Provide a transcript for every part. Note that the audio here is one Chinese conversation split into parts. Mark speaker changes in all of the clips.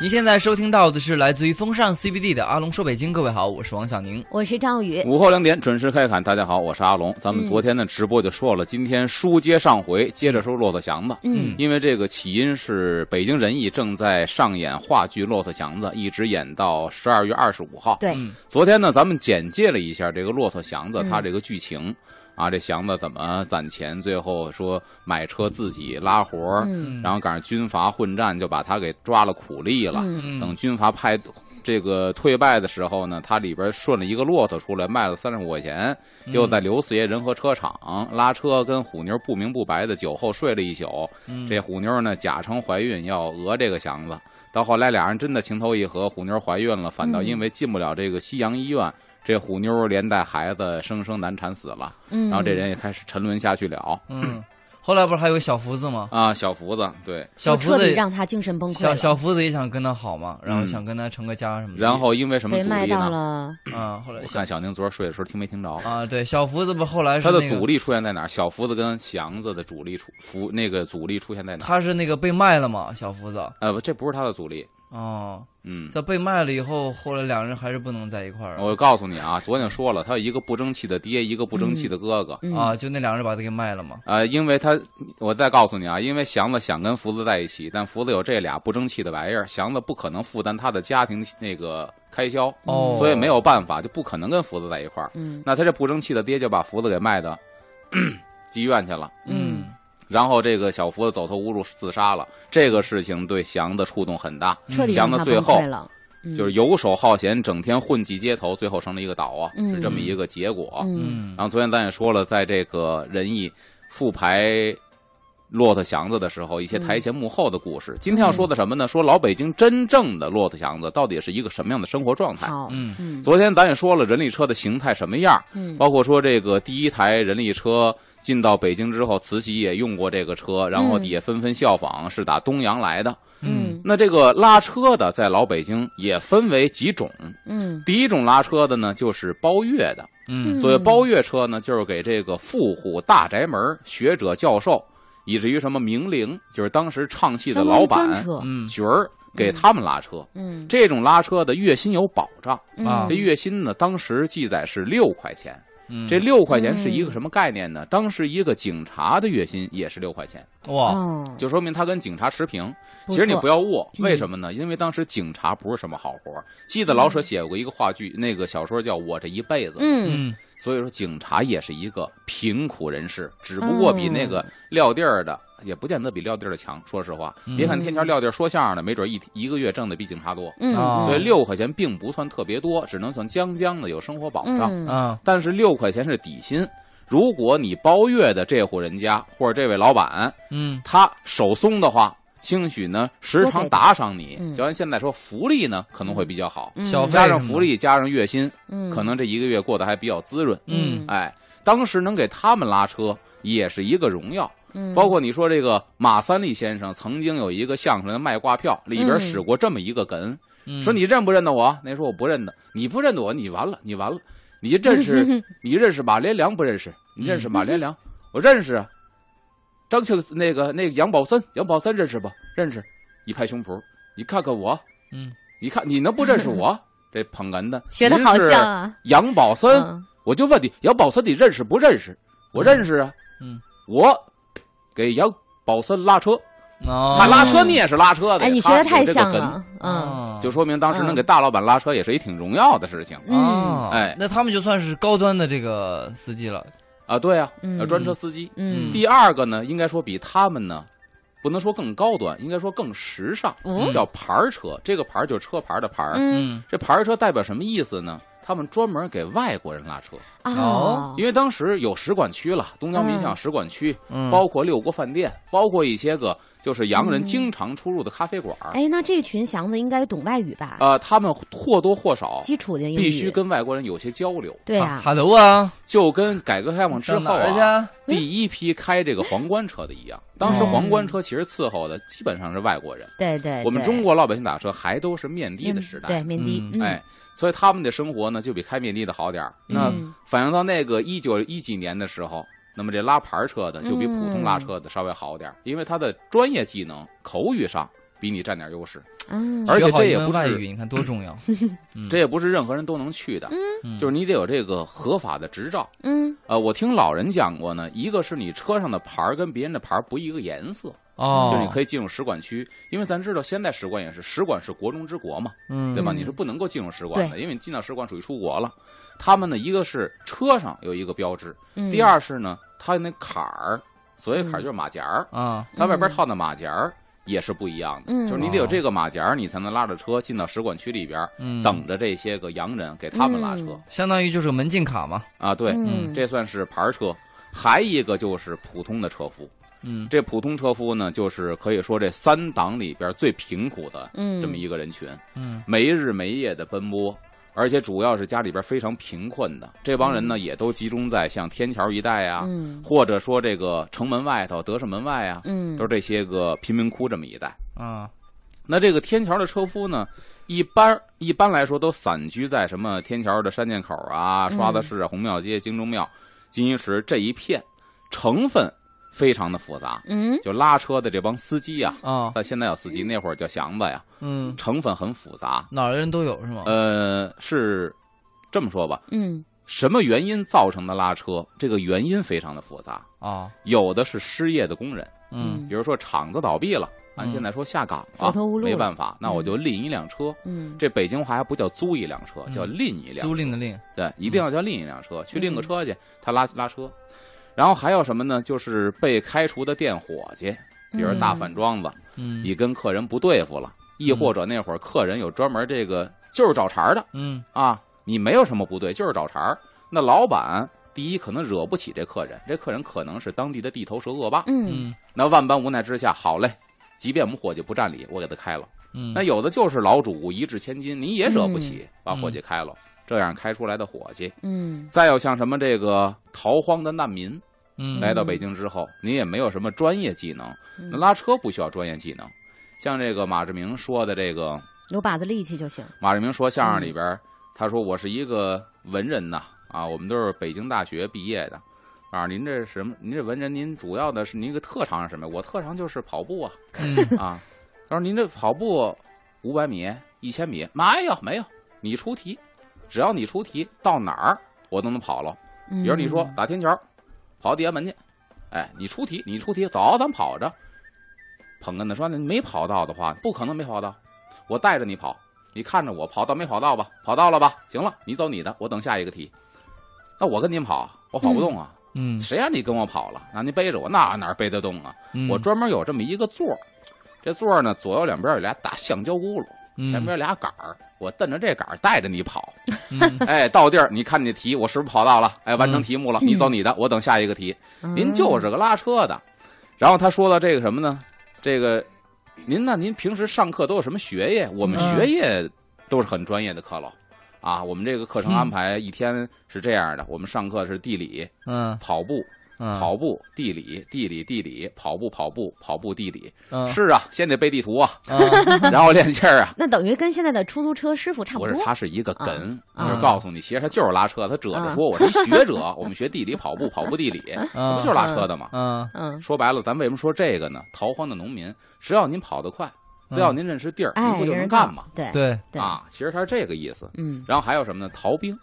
Speaker 1: 您现在收听到的是来自于风尚 CBD 的阿龙说北京。各位好，我是王小宁。
Speaker 2: 我是赵宇。
Speaker 3: 午后两点准时开侃，大家好，我是阿龙。咱们昨天的直播就说了，今天书接上回，接着说骆驼祥子。
Speaker 2: 嗯，
Speaker 3: 因为这个起因是北京人艺正在上演话剧《骆驼祥子》，一直演到十二月二十五号。
Speaker 2: 对，
Speaker 1: 嗯
Speaker 3: 昨天呢，咱们简介了一下这个骆驼祥子
Speaker 2: 嗯
Speaker 3: 他这个剧情。啊，这祥子怎么攒钱？最后说买车自己拉活儿，
Speaker 2: 嗯
Speaker 3: 然后赶上军阀混战，就把他给抓了苦力了。
Speaker 2: 嗯
Speaker 1: 嗯
Speaker 3: 等军阀派这个退败的时候呢，他里边顺了一个骆驼出来，卖了三十五块钱，
Speaker 2: 嗯
Speaker 3: 又在刘四爷仁和车厂拉车，跟虎妞不明不白的酒后睡了一宿。
Speaker 2: 嗯
Speaker 3: 这虎妞呢，假称怀孕要讹这个祥子，到后来俩人真的情投意合，虎妞怀孕了，反倒
Speaker 2: 嗯
Speaker 3: 因为进不了这个西洋医院。这虎妞连带孩子生生难产死了，
Speaker 2: 嗯，
Speaker 3: 然后这人也开始沉沦下去了
Speaker 1: 嗯，后来不是还有个小福子吗？
Speaker 3: 啊！小福子对，
Speaker 1: 小
Speaker 2: 就
Speaker 1: 福
Speaker 2: 彻
Speaker 1: 子
Speaker 2: 底让他精神崩溃
Speaker 1: 小
Speaker 2: 了，
Speaker 1: 小福子也想跟他好嘛，然后
Speaker 3: 嗯
Speaker 1: 想跟他成个家什
Speaker 2: 嗯
Speaker 1: 么的。
Speaker 3: 然后因为什么
Speaker 2: 被
Speaker 3: 阻
Speaker 2: 卖
Speaker 3: 力
Speaker 2: 到
Speaker 3: 呢？
Speaker 2: 了，
Speaker 1: 啊，后来
Speaker 3: 我
Speaker 1: 小
Speaker 3: 看小宁昨儿睡的时候听没听着？
Speaker 1: 啊，对，小福子不后来是
Speaker 3: 他的
Speaker 1: 那个
Speaker 3: 阻力出现在哪儿？小福子跟祥子的主力出福那个阻力出现在哪儿？
Speaker 1: 他是那个被卖了嘛，小福子。
Speaker 3: 呃，不这不是他的阻力。
Speaker 1: 哦，
Speaker 3: 嗯，
Speaker 1: 他被卖了以后，后来两人还是不能在一块儿啊
Speaker 3: 我告诉你啊，昨天说了，他有一个不争气的爹，一个不争气的哥哥。
Speaker 2: 嗯
Speaker 1: 啊，就那两人把他给卖了嘛。
Speaker 3: 呃，因为他，我再告诉你啊，因为祥子想跟福子在一起，但福子有这俩不争气的玩意儿，祥子不可能负担他的家庭那个开销，
Speaker 1: 哦，
Speaker 3: 嗯所以没有办法，就不可能跟福子在一块儿。
Speaker 2: 嗯
Speaker 3: 那他这不争气的爹就把福子给卖到 妓院去了。
Speaker 1: 嗯
Speaker 3: 然后这个小福子走投无路自杀了，这个事情对祥子触动很大，
Speaker 2: 彻底
Speaker 3: 祥
Speaker 2: 让他崩
Speaker 3: 子嗯最后
Speaker 2: 溃了，嗯
Speaker 3: 就是游手好闲，整天混迹街头，最后成了一个倒啊，
Speaker 2: 嗯
Speaker 3: 是这么一个结果。
Speaker 2: 嗯
Speaker 1: 嗯
Speaker 3: 然后昨天咱也说了，在这个仁义复排骆驼祥子的时候，一些台前幕后的故事。
Speaker 2: 嗯
Speaker 3: 今天要说的什么呢？说老北京真正的骆驼祥子到底是一个什么样的生活状态？
Speaker 2: 好，
Speaker 1: 嗯
Speaker 2: 嗯
Speaker 3: 昨天咱也说了，人力车的形态什么样儿，
Speaker 2: 嗯
Speaker 3: 包括说这个第一台人力车进到北京之后，慈禧也用过这个车，然后
Speaker 2: 嗯
Speaker 3: 底下纷纷效仿，是打东洋来的。
Speaker 1: 嗯
Speaker 2: 嗯
Speaker 3: 那这个拉车的在老北京也分为几种，
Speaker 2: 嗯
Speaker 3: 第一种拉车的呢就是包月的，
Speaker 1: 嗯
Speaker 3: 所谓包月车呢，就是给这个富户大宅门儿学者教授，以至于什么名伶，就是当时唱戏的
Speaker 2: 相当于
Speaker 3: 老板
Speaker 2: 专车
Speaker 1: 嗯
Speaker 3: 角儿，给他们拉车。
Speaker 2: 嗯
Speaker 3: 这种拉车的月薪有保障，
Speaker 1: 啊
Speaker 3: 这月薪呢，当时记载是六块钱。
Speaker 1: 嗯，
Speaker 3: 这六块钱是一
Speaker 2: 嗯
Speaker 3: 个什么概念呢？当时一个警察的月薪也是六块钱，
Speaker 1: 哇，
Speaker 2: 哦，
Speaker 3: 就说明他跟警察持平。
Speaker 2: 不
Speaker 3: 其实你
Speaker 2: 错
Speaker 3: 不要握，
Speaker 2: 嗯
Speaker 3: 为什么呢？因为当时警察不是什么好活儿。记得老舍写过一个话剧，那个小说叫《我这一辈子》，
Speaker 2: 嗯
Speaker 1: 嗯
Speaker 3: 所以说警察也是一个贫苦人士，只不过比那
Speaker 2: 哦
Speaker 3: 个撂地儿的。也不见得比撂地儿的强，说实话，
Speaker 1: 嗯
Speaker 3: 别看天桥撂地儿说相声的，没准一一个月挣的比警察多，
Speaker 2: 嗯
Speaker 1: 啊
Speaker 3: 所以六块钱并不算特别多，只能算将将的有生活保障。
Speaker 2: 嗯
Speaker 1: 啊
Speaker 3: 但是六块钱是底薪。如果你包月的这户人家或者这位老板，
Speaker 1: 嗯
Speaker 3: 他手松的话，兴许呢时
Speaker 2: 多给
Speaker 3: 常
Speaker 2: 点
Speaker 3: 打赏你
Speaker 2: 嗯，
Speaker 3: 就按现在说福利呢可能会比较好，
Speaker 2: 嗯
Speaker 1: 小
Speaker 3: 加
Speaker 1: 费
Speaker 3: 上
Speaker 1: 什么
Speaker 3: 福利加上月薪，
Speaker 2: 嗯
Speaker 3: 可能这一个月过得还比较滋润。
Speaker 1: 嗯
Speaker 3: 哎，当时能给他们拉车也是一个荣耀。
Speaker 2: 嗯
Speaker 3: 包括你说这个马三立先生曾经有一个相声的卖挂票，里边
Speaker 2: 嗯
Speaker 3: 使过这么一个梗，
Speaker 1: 嗯，
Speaker 3: 说你认不认得我？那时候我不认得，你不认得我，你完了，你完了，你 认识你认识马连良不认识？你认识
Speaker 2: 嗯
Speaker 3: 马连良？我认识啊。张庆那个那个杨宝森，杨宝森认识不？认识。一拍胸脯，你看看我，
Speaker 1: 嗯
Speaker 3: 你看你能不认 识我？这捧哏的
Speaker 2: 学的好
Speaker 3: 您是
Speaker 2: 像啊，
Speaker 3: 杨宝森，
Speaker 2: 嗯
Speaker 3: 我就问你，杨宝森你认识不认识？我认识啊。
Speaker 1: 嗯，
Speaker 3: 我给杨宝森拉车，
Speaker 1: 哦
Speaker 3: 他拉车你也是拉车的，
Speaker 2: 哎，你学
Speaker 3: 他
Speaker 2: 的太
Speaker 3: 有这个
Speaker 2: 像
Speaker 3: 梗啊
Speaker 2: 了，嗯
Speaker 1: 哦
Speaker 3: 就说明当时
Speaker 2: 嗯
Speaker 3: 能给大老板拉车也是一挺荣耀的事情
Speaker 2: 嗯
Speaker 1: 哦
Speaker 3: 哎
Speaker 1: 那他们就算是高端的这个司机了。
Speaker 3: 啊。对啊，
Speaker 2: 嗯
Speaker 3: 呃专车司机。
Speaker 2: 嗯
Speaker 3: 第二个呢，应该说比他们呢，不能说更高端，应该说更时尚，
Speaker 2: 嗯
Speaker 3: 叫牌儿车。这个牌儿就是车牌儿的牌儿。
Speaker 2: 嗯
Speaker 1: 嗯
Speaker 3: 这牌儿车代表什么意思呢？他们专门给外国人拉车，
Speaker 2: 啊
Speaker 1: 哦，
Speaker 3: 因为当时有使馆区了，东江民巷
Speaker 2: 嗯
Speaker 3: 使馆区，
Speaker 1: 嗯，
Speaker 3: 包括六国饭店，包括一些个就是洋人经常出入的咖啡馆儿。
Speaker 2: 哎，那这群祥子应该懂外语吧？
Speaker 3: 呃，他们或多或少
Speaker 2: 基础的英语
Speaker 3: 必须跟外国人有些交流，
Speaker 2: 对呀，
Speaker 1: 哈喽啊，
Speaker 3: 就跟改革开放之
Speaker 1: 上
Speaker 3: 后
Speaker 1: 哪儿去
Speaker 3: 啊，
Speaker 2: 哎
Speaker 1: 啊？
Speaker 3: 第一批开这个皇冠车的一样。当
Speaker 2: 哦
Speaker 3: 时
Speaker 1: 嗯
Speaker 3: 皇冠车其实伺候的基本上是外国人，
Speaker 2: 对对，
Speaker 3: 我们
Speaker 2: 对
Speaker 3: 中国老百姓打车还都是面的的时
Speaker 2: 哎对
Speaker 3: 代，
Speaker 2: 面的，
Speaker 1: 嗯
Speaker 2: 嗯
Speaker 3: 哎，所以他们的生活呢就比开面的的好点儿。那
Speaker 2: 嗯
Speaker 3: 反映到那个一九一几年的时候。那么这拉牌车的就比普通拉车的稍微好点儿，因为他的专业技能、口语上比你占点优势。
Speaker 2: 嗯
Speaker 3: 哎而且这也
Speaker 1: 学好一门
Speaker 3: 不是
Speaker 1: 外语，你看多重要。嗯
Speaker 3: 这也不是任何人都能去的，
Speaker 1: 嗯
Speaker 3: 就是你得有这个合法的执照。
Speaker 2: 嗯
Speaker 3: 呃，我听老人讲过呢，一个是你车上的牌儿跟别人的牌儿不一个颜色，
Speaker 1: 哦，
Speaker 3: 就是你可以进入使馆区，因为咱知道现在使馆也是使馆是国中之国嘛，
Speaker 1: 嗯
Speaker 3: 对吧？
Speaker 2: 嗯
Speaker 3: 你是不能够进入使馆的，因为你进到使馆属于出国了。他们呢，一个是车上有一个标志，
Speaker 2: 嗯，
Speaker 3: 第二是呢，它那坎儿，所谓坎儿
Speaker 2: 嗯
Speaker 3: 就是马甲儿，
Speaker 1: 啊，
Speaker 3: 它外边套的马甲儿也是不一样的，
Speaker 2: 嗯
Speaker 3: 就是你得有这个马甲儿，你才能拉着车进到使馆区里边儿，
Speaker 1: 嗯，
Speaker 3: 等着这些个洋人给他们拉车
Speaker 2: 嗯
Speaker 1: 相当于就是个门禁卡嘛。
Speaker 3: 啊。对，
Speaker 2: 嗯
Speaker 3: 这算是牌儿车。还一个就是普通的车夫，
Speaker 1: 嗯
Speaker 3: 这普通车夫呢，就是可以说这三党里边最贫苦的
Speaker 2: 嗯
Speaker 3: 这么一个人群，
Speaker 1: 嗯
Speaker 3: 没日没夜的奔波，而且主要是家里边非常贫困的这帮人呢，也都集中在像天桥一带啊，
Speaker 2: 嗯
Speaker 3: 或者说这个城门外头、德胜门外啊，
Speaker 2: 嗯
Speaker 3: 都是这些个贫民窟这么一带。
Speaker 1: 啊
Speaker 3: 那这个天桥的车夫呢，一般一般来说都散居在什么天桥的山涧口啊、
Speaker 2: 嗯
Speaker 3: 刷子市啊、红庙街、京中庙、金鱼池这一片，成分非常的复杂。
Speaker 2: 嗯
Speaker 3: 就拉车的这帮司机呀、
Speaker 1: 啊
Speaker 3: 咱现在有司机，那会儿叫祥子呀，
Speaker 1: 嗯，
Speaker 3: 成分很复杂。
Speaker 1: 哪儿的人都有是吗？
Speaker 3: 呃，是这么说吧，
Speaker 2: 嗯
Speaker 3: 什么原因造成的拉车？这个原因非常的复杂，
Speaker 1: 啊
Speaker 3: 有的是失业的工人，
Speaker 1: 嗯
Speaker 3: 比如说厂子倒闭了，按
Speaker 1: 嗯
Speaker 3: 现在说下岗
Speaker 2: 走
Speaker 3: 啊
Speaker 2: 投无，路
Speaker 3: 没
Speaker 2: 了
Speaker 3: 办法，那我就赁一辆车。
Speaker 2: 嗯，
Speaker 3: 这北京话还不叫租一辆车，
Speaker 1: 嗯
Speaker 3: 叫赁一辆
Speaker 1: 租，嗯赁的赁
Speaker 3: 对，一定要叫赁一辆车，去赁个车去，他拉拉车。然后还有什么呢？就是被开除的店伙计，
Speaker 2: 嗯
Speaker 3: 比如大饭庄子，
Speaker 1: 嗯
Speaker 3: 你跟客人不对付了，亦或者那会儿客人有专门这个就是找茬儿的
Speaker 1: 嗯
Speaker 3: 啊，你没有什么不对，就是找茬儿。那老板第一可能惹不起这客人，这客人可能是当地的地头蛇恶霸。
Speaker 2: 嗯
Speaker 1: 嗯
Speaker 3: 那万般无奈之下，好嘞，即便我们伙计不占理，我给他开了。
Speaker 1: 嗯，
Speaker 3: 那有的就是老主一掷千金，你也惹不起，把伙计开了，这样开出来的伙计，
Speaker 2: 嗯
Speaker 3: 再有像什么这个逃荒的难民
Speaker 1: 嗯
Speaker 3: 来到北京之后，你也没有什么专业技能，
Speaker 2: 嗯
Speaker 3: 那拉车不需要专业技能，像这个马志明说的这个
Speaker 2: 有把子力气就行。
Speaker 3: 马志明说相声里边，他说我是一个文人呐，啊，我们都是北京大学毕业的。啊，您这是什么？您这文人，您主要的是您一个特长是什么？我特长就是跑步啊，
Speaker 1: 嗯
Speaker 3: 啊，他说您这跑步五百米、一千米，没有没有，你出题，只要你出题，到哪儿我都能跑了。比
Speaker 2: 比
Speaker 3: 如你说打天桥，跑地安门去，哎，你出题，你出题，走，咱跑着。捧哏的说：“你没跑到的话，不可能没跑到，我带着你跑，你看着我跑到没跑到吧？跑到了吧？行了，你走你的，我等下一个题。那我跟您跑，我跑不动啊，
Speaker 1: 嗯
Speaker 3: 谁让你跟我跑了？那您背着我，那哪儿背得动啊？
Speaker 1: 嗯
Speaker 3: 我专门有这么一个座儿，这座儿呢左右两边有俩大橡胶轱辘，前边俩杆儿，我蹬着这杆儿带着你跑。
Speaker 1: 嗯嗯
Speaker 3: 哎，到地儿你看你题，我是不是跑到了？哎，完成
Speaker 1: 嗯
Speaker 3: 题目了，你走你的，我等下一个题。
Speaker 2: 嗯
Speaker 3: 您就是个拉车的。然后他说到这个什么呢？这个您呢？您平时上课都有什么学业？我们
Speaker 1: 嗯
Speaker 3: 学业都是很专业的课喽。啊，我们这个课程安排一天是这样的：我们上课是地理、
Speaker 1: 嗯
Speaker 3: 跑步、
Speaker 1: 嗯
Speaker 3: 跑步、地理、地理、地理、跑步、跑步、跑步、地理。
Speaker 1: 嗯
Speaker 3: 是啊，先得背 地图啊，
Speaker 1: 啊
Speaker 3: 然后练劲儿啊。
Speaker 2: 那等于跟现在的出租车师傅差
Speaker 3: 不是，
Speaker 2: 多。
Speaker 3: 他是一个梗，
Speaker 2: 啊
Speaker 3: 就是告诉你，其实他就是拉车，他褶着说我是一学者，我们学地理跑步，跑步 地理，
Speaker 1: 啊
Speaker 3: 不就是拉车的吗？
Speaker 1: 嗯
Speaker 2: 嗯
Speaker 3: 说白了，咱为什么说这个呢？逃荒的农民，只要您跑得快，
Speaker 1: 嗯
Speaker 3: 只要您认识地儿，您
Speaker 2: 哎，
Speaker 3: 不就
Speaker 2: 人
Speaker 3: 能
Speaker 2: 儿
Speaker 3: 干
Speaker 2: 大
Speaker 3: 吗？？
Speaker 2: 对
Speaker 1: 对
Speaker 2: 对，
Speaker 3: 啊，其实他是这个意思。
Speaker 2: 嗯
Speaker 3: 然后还有什么呢？逃兵，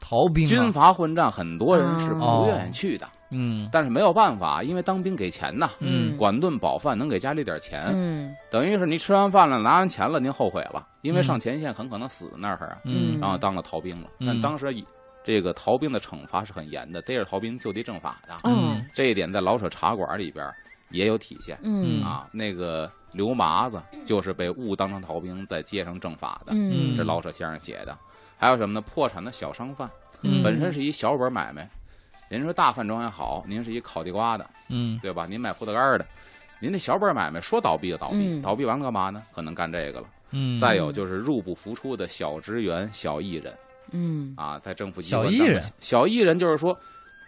Speaker 1: 逃兵啊
Speaker 3: 军阀混战，很多人是不
Speaker 1: 哦
Speaker 3: 愿意去的，
Speaker 1: 嗯
Speaker 3: 但是没有办法，因为当兵给钱呐，
Speaker 1: 嗯
Speaker 3: 管顿饱饭能给家里点钱，
Speaker 2: 嗯
Speaker 3: 等于是您吃完饭了，拿完钱了，您后悔了，因为上前线很可能死那儿啊。
Speaker 1: 嗯
Speaker 3: 然后当了逃兵了。
Speaker 1: 嗯
Speaker 3: 但当时以这个逃兵的惩罚是很严的，逮着逃兵就地正法的。
Speaker 2: 哦
Speaker 1: 嗯
Speaker 3: 这一点在老舍茶馆里边也有体现、
Speaker 2: 嗯
Speaker 3: 啊。那个刘麻子就是被误当成逃兵，在街上正法的，
Speaker 2: 嗯，
Speaker 3: 这老舍先生写的。还有什么呢？破产的小商贩，
Speaker 1: 嗯
Speaker 3: 本身是一小本买卖，您说大饭庄也好，您是一烤地瓜的，
Speaker 1: 嗯
Speaker 3: 对吧？您卖葡萄干儿的，您这小本买卖说倒闭就倒闭，
Speaker 2: 嗯
Speaker 3: 倒闭完了干嘛呢？可能干这个了。
Speaker 1: 嗯
Speaker 3: 再有就是入不敷出的小职员、小艺人。
Speaker 2: 嗯
Speaker 3: 啊，在政府机
Speaker 1: 小
Speaker 3: 关
Speaker 1: 艺
Speaker 3: 当个
Speaker 1: 人，
Speaker 3: 小艺人就是说，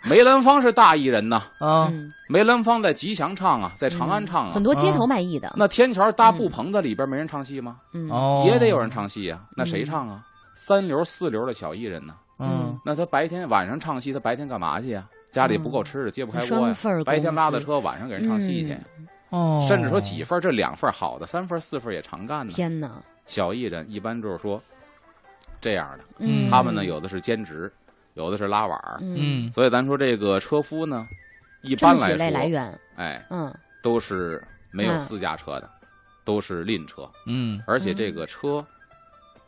Speaker 3: 梅兰芳是大艺人呐，
Speaker 1: 啊
Speaker 2: 嗯
Speaker 3: 梅兰芳在吉祥唱啊，在长安唱啊，
Speaker 2: 很多嗯街头卖艺的，
Speaker 3: 那天桥搭布棚子里边没人唱戏吗？
Speaker 2: 嗯
Speaker 1: 哦
Speaker 3: 也得有人唱戏呀、那谁唱啊？三流四流的小艺人呢？
Speaker 1: 嗯
Speaker 3: 那他白天晚上唱戏，他白天干嘛去呀、家里不够吃的，揭不开锅
Speaker 2: 嗯双
Speaker 3: 呀、
Speaker 2: 份儿工资
Speaker 3: 白天拉的车，晚上给人唱戏去
Speaker 2: 嗯，
Speaker 1: 哦，
Speaker 3: 甚至说几份儿这两份儿好的，三份儿四份儿也常干呢。
Speaker 2: 天哪，
Speaker 3: 小艺人一般就是说这样的，
Speaker 1: 嗯
Speaker 3: 他们呢，有的是兼职，有的是拉碗儿，
Speaker 2: 嗯，
Speaker 1: 嗯
Speaker 3: 所以咱说这个车夫呢，一般
Speaker 2: 政企
Speaker 3: 来
Speaker 2: 类来
Speaker 3: 说，
Speaker 2: 源，
Speaker 3: 哎，
Speaker 2: 嗯
Speaker 3: 都是没有
Speaker 2: 嗯
Speaker 3: 私家车的，都是赁车，
Speaker 1: 嗯
Speaker 3: 而且这个车。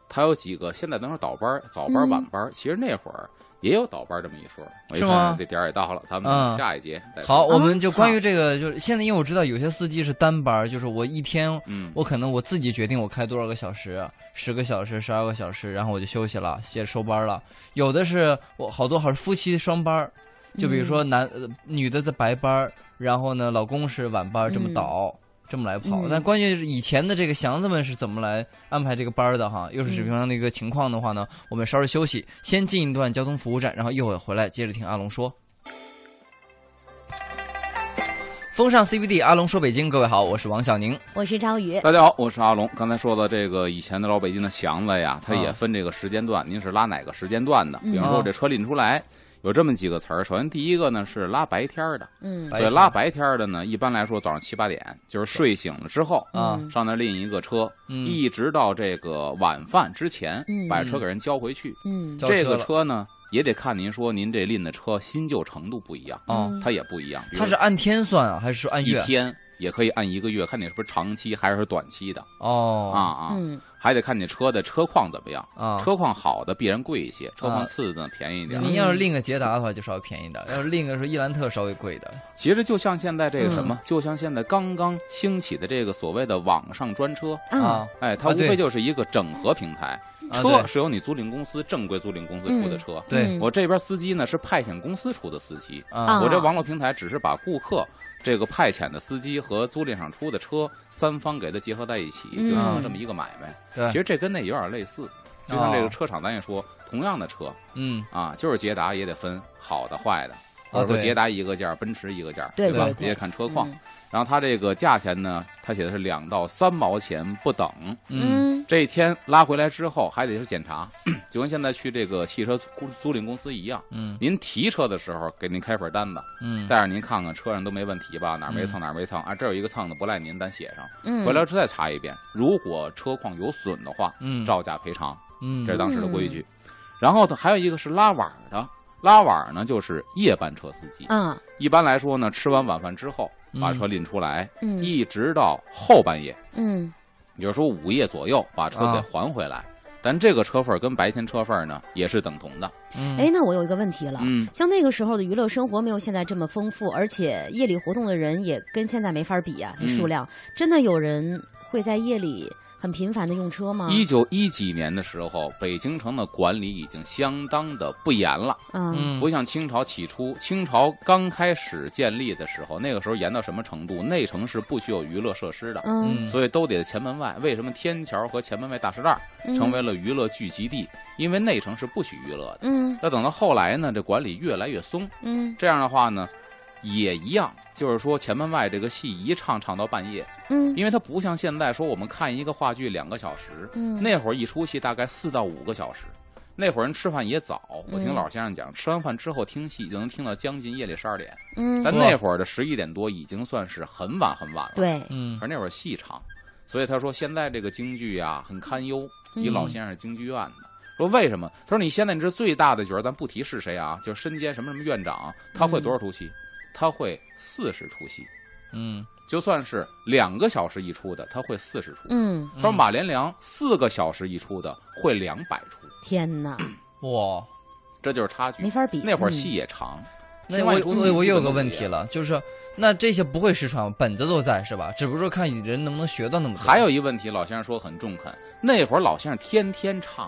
Speaker 3: 它有几个？现在都是倒班儿、早班儿、
Speaker 2: 嗯
Speaker 3: 晚班儿。其实那会儿也有倒班儿这么一说。我一
Speaker 1: 是吗
Speaker 3: 看这点儿也到了，咱
Speaker 1: 嗯
Speaker 3: 们下一节再说。
Speaker 1: 好，我
Speaker 2: 啊
Speaker 1: 们就关于
Speaker 2: 好
Speaker 1: 这个，就是现在，因为我知道有些司机是单班儿，就是我一天，
Speaker 3: 嗯，
Speaker 1: 我可能我自己决定我开多少个小时，十个小时、十二个小时，然后我就休息了，接着收班儿了。有的是我好多好像夫妻双班儿，就比如
Speaker 2: 嗯
Speaker 1: 说男、呃女的在白班儿，然后呢老公是晚班儿，这么
Speaker 2: 嗯
Speaker 1: 倒。这么来跑，
Speaker 2: 嗯
Speaker 1: 但关键是以前的这个祥子们是怎么来安排这个班儿的哈？又是
Speaker 2: 嗯
Speaker 1: 水平上的一个情况的话呢，我们稍事休息，先进一段交通服务站，然后一会儿回来接着听阿龙说。风尚 CBD，阿龙说北京，各位好，我是王小宁。
Speaker 2: 我是张宇，
Speaker 3: 大家好，我是阿龙。刚才说到这个以前的老北京的祥子呀，它
Speaker 1: 啊
Speaker 3: 也分这个时间段，您是拉哪个时间段的？
Speaker 2: 嗯
Speaker 3: 比方说我这车拎出来，有这么几个词儿。首先第一个呢是拉白天儿的，
Speaker 2: 嗯
Speaker 1: 白
Speaker 3: 所以
Speaker 1: 天
Speaker 3: 拉白天儿的呢，一般来说早上七八点，就是睡醒了之后
Speaker 1: 啊
Speaker 2: 嗯
Speaker 3: 上那儿拎一个车，
Speaker 1: 嗯
Speaker 3: 一直到这个晚饭之前
Speaker 2: 嗯
Speaker 3: 把车给人交回去。
Speaker 2: 嗯
Speaker 1: 交车
Speaker 3: 这
Speaker 1: 了
Speaker 3: 个车呢，也得看您说您这拎的车新旧程度不一样，
Speaker 1: 哦
Speaker 2: 嗯
Speaker 3: 它也不一样。比如
Speaker 1: 他是按天算啊，还是按
Speaker 3: 一
Speaker 1: 月？
Speaker 3: 天，也可以按一个月，看你是不是长期还是短期的
Speaker 1: 哦
Speaker 3: 啊啊。
Speaker 2: 嗯
Speaker 3: 还得看你车的车况怎么样。
Speaker 1: 啊！
Speaker 3: 车况好的必然贵一些，车
Speaker 1: 啊嗯
Speaker 3: 况次的呢便宜一点。
Speaker 1: 您要是另个捷达的话，就稍微便宜点；要是另个是伊兰特，稍微贵的。
Speaker 3: 其实就像现在这个
Speaker 1: 嗯
Speaker 3: 什么，就像现在刚刚兴起的这个所谓的网上专车，
Speaker 2: 啊，
Speaker 1: 啊，
Speaker 3: 哎，它
Speaker 1: 啊
Speaker 3: 无
Speaker 1: 对
Speaker 3: 非就是一个整合平台。
Speaker 1: 啊
Speaker 3: 车是由你租赁公司正规租赁公司出的车，
Speaker 1: 对
Speaker 2: 嗯
Speaker 3: 我这边司机呢是派遣公司出的司机，
Speaker 1: 对啊
Speaker 2: 啊
Speaker 3: 我这网络平台只是把顾客。这个派遣的司机和租赁上出的车，三方给它结合在一起，就
Speaker 2: 嗯
Speaker 3: 成了这么一个买卖。
Speaker 1: 对哦
Speaker 3: 其实这跟那有点类似，就像这个车厂，咱也说，同样的车，
Speaker 1: 嗯
Speaker 3: 啊，就是捷达也得分好的坏的，或
Speaker 1: 啊
Speaker 3: 者说
Speaker 1: 对
Speaker 3: 捷达一个价，奔驰一个价，
Speaker 2: 对
Speaker 3: 吧？
Speaker 2: 对对
Speaker 3: 也得看车况。
Speaker 2: 嗯
Speaker 3: 然后它这个价钱呢，它写的是两到三毛钱不等。
Speaker 1: 嗯
Speaker 3: 这一天拉回来之后，还得去检查， 就跟现在去这个汽车租租赁公司一样。
Speaker 1: 嗯
Speaker 3: 您提车的时候，给您开份单子，
Speaker 1: 嗯，
Speaker 3: 带着您看看车上都没问题吧？哪儿没蹭哪儿没蹭啊？这有一个蹭的不赖您，咱写上。
Speaker 2: 嗯
Speaker 3: 回来之后再查一遍，如果车况有损的话，
Speaker 1: 嗯
Speaker 3: 照价赔偿。
Speaker 1: 嗯
Speaker 3: 这是当时的规矩。然后它还有一个是拉碗儿的，拉碗儿呢就是夜班车司机。
Speaker 2: 啊
Speaker 3: 一般来说呢，吃完晚饭之后把
Speaker 1: 嗯
Speaker 3: 车拎出来，
Speaker 2: 嗯
Speaker 3: 一直到后半夜，
Speaker 2: 嗯
Speaker 3: 也就是说午夜左右把车给
Speaker 1: 啊
Speaker 3: 还回来。但这个车份儿跟白天车份儿呢也是等同的。
Speaker 1: 嗯
Speaker 2: 哎，那我有一个问题了。
Speaker 3: 嗯，
Speaker 2: 像那个时候的娱乐生活没有现在这么丰富，而且夜里活动的人也跟现在没法比啊，这
Speaker 3: 嗯
Speaker 2: 数量、真的有人会在夜里很频繁的用车
Speaker 1: 嗯
Speaker 2: 吗？
Speaker 3: 一九一几年的时候，北京城的管理已经相当的不严了，
Speaker 2: 嗯
Speaker 1: 嗯
Speaker 3: 不像清朝起初，清朝刚开始建立的时候，那个时候严到什么程度？内城是不许有娱乐设施的。
Speaker 2: 嗯
Speaker 1: 嗯
Speaker 3: 所以都得前门外。为什么天桥和前门外大石栏
Speaker 2: 嗯
Speaker 3: 成为了娱乐聚集地？因为内城是不许娱乐的。
Speaker 2: 嗯
Speaker 3: 那等到后来呢，这管理越来越松，
Speaker 2: 嗯
Speaker 3: 这样的话呢，也一样，就是说前门外这个戏一唱唱到半夜，
Speaker 2: 嗯
Speaker 3: 因为它不像现在说我们看一个话剧两个小时，
Speaker 2: 嗯
Speaker 3: 那会儿一出戏大概四到五个小时。那会儿人吃饭也早，我听
Speaker 2: 嗯
Speaker 3: 老先生讲，吃完饭之后听戏就能听到将近夜里十二点。
Speaker 2: 嗯
Speaker 3: 咱那会儿的十一点多已经算是很晚很晚了。
Speaker 2: 对
Speaker 1: 嗯
Speaker 3: 而那会儿戏长，所以他说现在这个京剧啊很堪忧。一
Speaker 2: 嗯
Speaker 3: 老先生是京剧院的，说为什么？他说你现在你这最大的角儿，咱不提是谁啊，就是身兼什么什么院长，他会
Speaker 2: 嗯
Speaker 3: 多少出戏？他会四十出戏，
Speaker 1: 嗯
Speaker 3: 就算是两个小时一出的，他会四十出。
Speaker 2: 嗯
Speaker 3: 他说马连良四个小时一出的会两百出，
Speaker 2: 天哪，
Speaker 1: 哇，
Speaker 3: 这就是差距
Speaker 2: 没。法嗯比。
Speaker 3: 嗯那会儿戏也长，
Speaker 1: 那
Speaker 3: 另
Speaker 1: 我
Speaker 3: 外一出戏
Speaker 1: 我我
Speaker 3: 基
Speaker 1: 有
Speaker 3: 本
Speaker 1: 个
Speaker 3: 都
Speaker 1: 问
Speaker 3: 一
Speaker 1: 题
Speaker 3: 样。
Speaker 1: 了，就是那这些不会失传，本子都在是吧？只不过说看人能不能学到那么多。
Speaker 3: 还有一问题，老先生说很中肯，那会儿老先生天天唱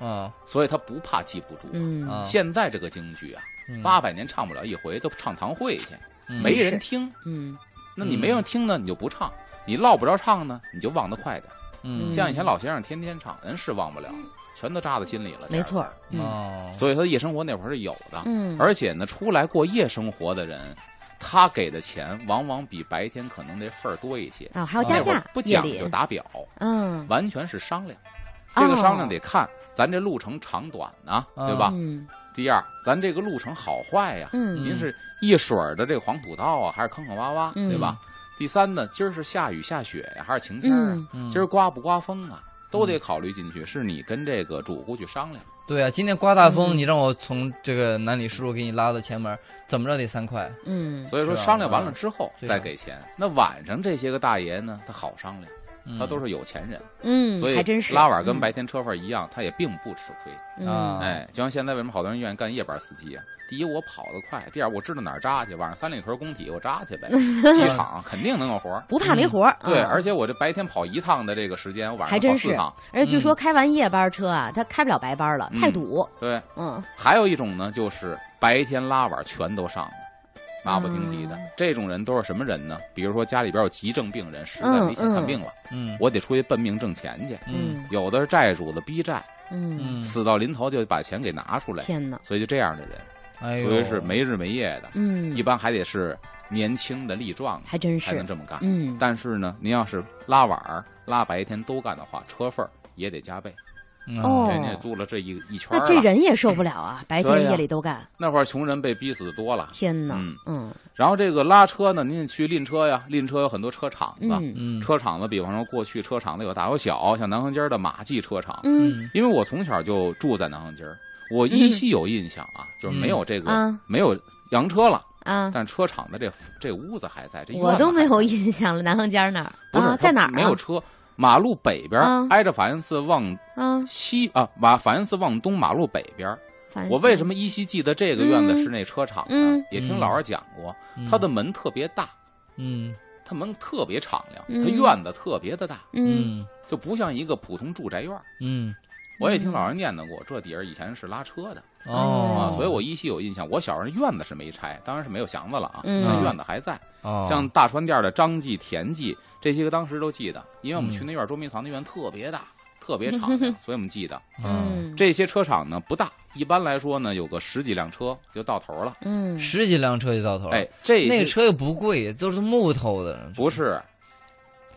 Speaker 3: 啊，
Speaker 1: 啊，
Speaker 3: 所以他不怕记不住啊。
Speaker 2: 嗯
Speaker 1: 啊
Speaker 3: 现在这个京剧啊，
Speaker 1: 嗯
Speaker 3: 八百年唱不了一回，都唱堂会去，
Speaker 1: 嗯
Speaker 3: 没人听。
Speaker 2: 嗯
Speaker 3: 那你没人听呢，你就不唱；你落不着唱呢，你就忘得快点。
Speaker 1: 嗯
Speaker 3: 像以前老先生天天唱，人是忘不了，全都扎在心里了。
Speaker 2: 嗯没错
Speaker 3: 这
Speaker 2: 嗯
Speaker 3: 样
Speaker 1: 哦
Speaker 3: 子，，所以他夜生活那会儿是有的，
Speaker 2: 嗯，
Speaker 3: 而且呢，出来过夜生活的人，他给的钱往往比白天可能这份儿多一些。
Speaker 2: 啊还要加
Speaker 3: 那会
Speaker 2: 价
Speaker 3: 儿不
Speaker 2: 夜
Speaker 3: 讲
Speaker 2: 里
Speaker 3: 究打表，
Speaker 2: 嗯
Speaker 3: 完全是商量。这个商量得看咱这路程长短呢，对吧？
Speaker 2: 哦嗯
Speaker 3: 第二，咱这个路程好坏呀，
Speaker 2: 嗯
Speaker 3: 您是一水儿的这个黄土道啊，还是坑坑洼洼，
Speaker 2: 嗯
Speaker 3: 对吧？第三呢，今儿是下雨下雪呀，还是晴天儿啊？
Speaker 2: 嗯，
Speaker 1: 嗯
Speaker 3: 今儿刮不刮风啊？都得考虑进去，是你跟这个主户去商量。
Speaker 1: 对啊，今天刮大风，
Speaker 2: 嗯
Speaker 1: 你让我从这个南里输入给你拉到前门，怎么着得三块。
Speaker 2: 嗯，
Speaker 3: 所以说
Speaker 1: 是啊
Speaker 3: 商量完了之后
Speaker 1: 嗯
Speaker 3: 再给钱。那晚上这些个大爷呢，他好商量，
Speaker 1: 嗯
Speaker 3: 他都是有钱人，
Speaker 2: 嗯，
Speaker 3: 所
Speaker 2: 还真是
Speaker 3: 以拉碗跟白天车贩一样，他也并不吃亏。
Speaker 2: 嗯
Speaker 1: 啊
Speaker 3: 哎，就像现在为什么好多人愿意干夜班司机啊？第一，我跑得快；第二，我知道哪儿扎去，晚上三里屯工体我扎去 呗，机场肯定能有活儿。
Speaker 2: 不怕没活儿。
Speaker 3: 嗯对，
Speaker 2: 啊
Speaker 3: 而且我这白天跑一趟的这个时间，我晚
Speaker 2: 还
Speaker 3: 上
Speaker 2: 真
Speaker 3: 跑
Speaker 2: 是
Speaker 3: 四趟。
Speaker 2: 而且据说开完夜班车啊，他开不了白班了，
Speaker 3: 嗯
Speaker 2: 太堵。
Speaker 3: 对，
Speaker 2: 嗯，
Speaker 3: 还有一种呢，就是白天拉碗全都上了。马不停蹄的、
Speaker 2: 嗯
Speaker 3: 这种人都是什么人呢？比如说家里边有急症病人，实在
Speaker 2: 嗯
Speaker 3: 没钱看病了，
Speaker 1: 嗯
Speaker 3: 我得出去奔命挣钱去。
Speaker 1: 嗯
Speaker 3: 有的是债主子逼债，
Speaker 2: 嗯
Speaker 1: 嗯，
Speaker 3: 死到临头就把钱给拿出来，
Speaker 2: 天哪，
Speaker 3: 所以就这样的人，
Speaker 1: 哎呦
Speaker 3: 所以是没日没夜的，
Speaker 2: 嗯
Speaker 3: 一，般还得是年轻的力壮的啊
Speaker 2: 还真
Speaker 3: 才
Speaker 2: 是
Speaker 3: 能，这么干。
Speaker 2: 嗯，
Speaker 3: 但是呢，您要是拉碗儿、拉白天都干的话，车费儿也得加倍，
Speaker 1: 嗯
Speaker 2: 哦
Speaker 3: 人家租了这一一圈儿
Speaker 2: 那这
Speaker 3: 了。
Speaker 2: 人也受不了啊，白天
Speaker 3: 对呀
Speaker 2: 夜里都干，
Speaker 3: 那会儿穷人被逼死的多了。
Speaker 2: 天哪
Speaker 3: 嗯，
Speaker 2: 嗯
Speaker 3: 然后这个拉车呢，您得去拎车呀，拎车有很多车厂子，
Speaker 2: 嗯
Speaker 1: 嗯
Speaker 3: 车厂子比方说过去车厂子有大有小，像南横街儿的马记车厂，
Speaker 2: 嗯
Speaker 3: 因为我从小就住在南横街儿，我依稀有印象啊，就是没有这个、
Speaker 2: 嗯啊
Speaker 3: 没有洋车了，
Speaker 2: 啊，
Speaker 3: 但车厂的这这屋子还在，这院子
Speaker 2: 我都没
Speaker 3: 还在
Speaker 2: 有印象了，南横街儿那儿
Speaker 3: 不是、
Speaker 2: 啊
Speaker 3: 它
Speaker 2: 在哪儿啊？
Speaker 3: 没有车，马路北边儿、
Speaker 2: 啊
Speaker 3: 挨着法源寺往
Speaker 2: 啊，
Speaker 3: 西啊，马法源寺往东马路北边儿。
Speaker 2: 反正
Speaker 3: 我为什么依稀记得这个院子
Speaker 2: 嗯
Speaker 3: 是那车厂呢？
Speaker 2: 嗯
Speaker 3: 也听老师讲过，
Speaker 1: 嗯
Speaker 3: 它的门特别大，
Speaker 1: 嗯
Speaker 3: 它门特别敞亮，
Speaker 2: 嗯
Speaker 3: 它院子特别的大，
Speaker 2: 嗯
Speaker 1: 嗯
Speaker 3: 就不像一个普通住宅院儿。
Speaker 1: 嗯
Speaker 3: 我也听老人念叨过，这底儿以前是拉车的
Speaker 2: 哎
Speaker 1: 哦
Speaker 3: 啊，，所以我依稀有印象。我小时候院子是没拆，当然是没有祥子了啊，
Speaker 2: 嗯
Speaker 3: 但院子还在。
Speaker 1: 哦
Speaker 3: 像大川店的张记、田记这些个当时都记得，因为我们
Speaker 1: 嗯
Speaker 3: 去那院捉迷藏那院特别大，特别敞亮，所以我们记得
Speaker 1: 嗯
Speaker 2: 嗯
Speaker 3: 这些车厂呢不大，一般来说呢有个十几辆车就到头了。
Speaker 2: 嗯
Speaker 1: 十几辆车就到头了，
Speaker 3: 哎，这
Speaker 1: 那
Speaker 3: 些
Speaker 1: 个车又不贵，都是木头的，
Speaker 3: 不是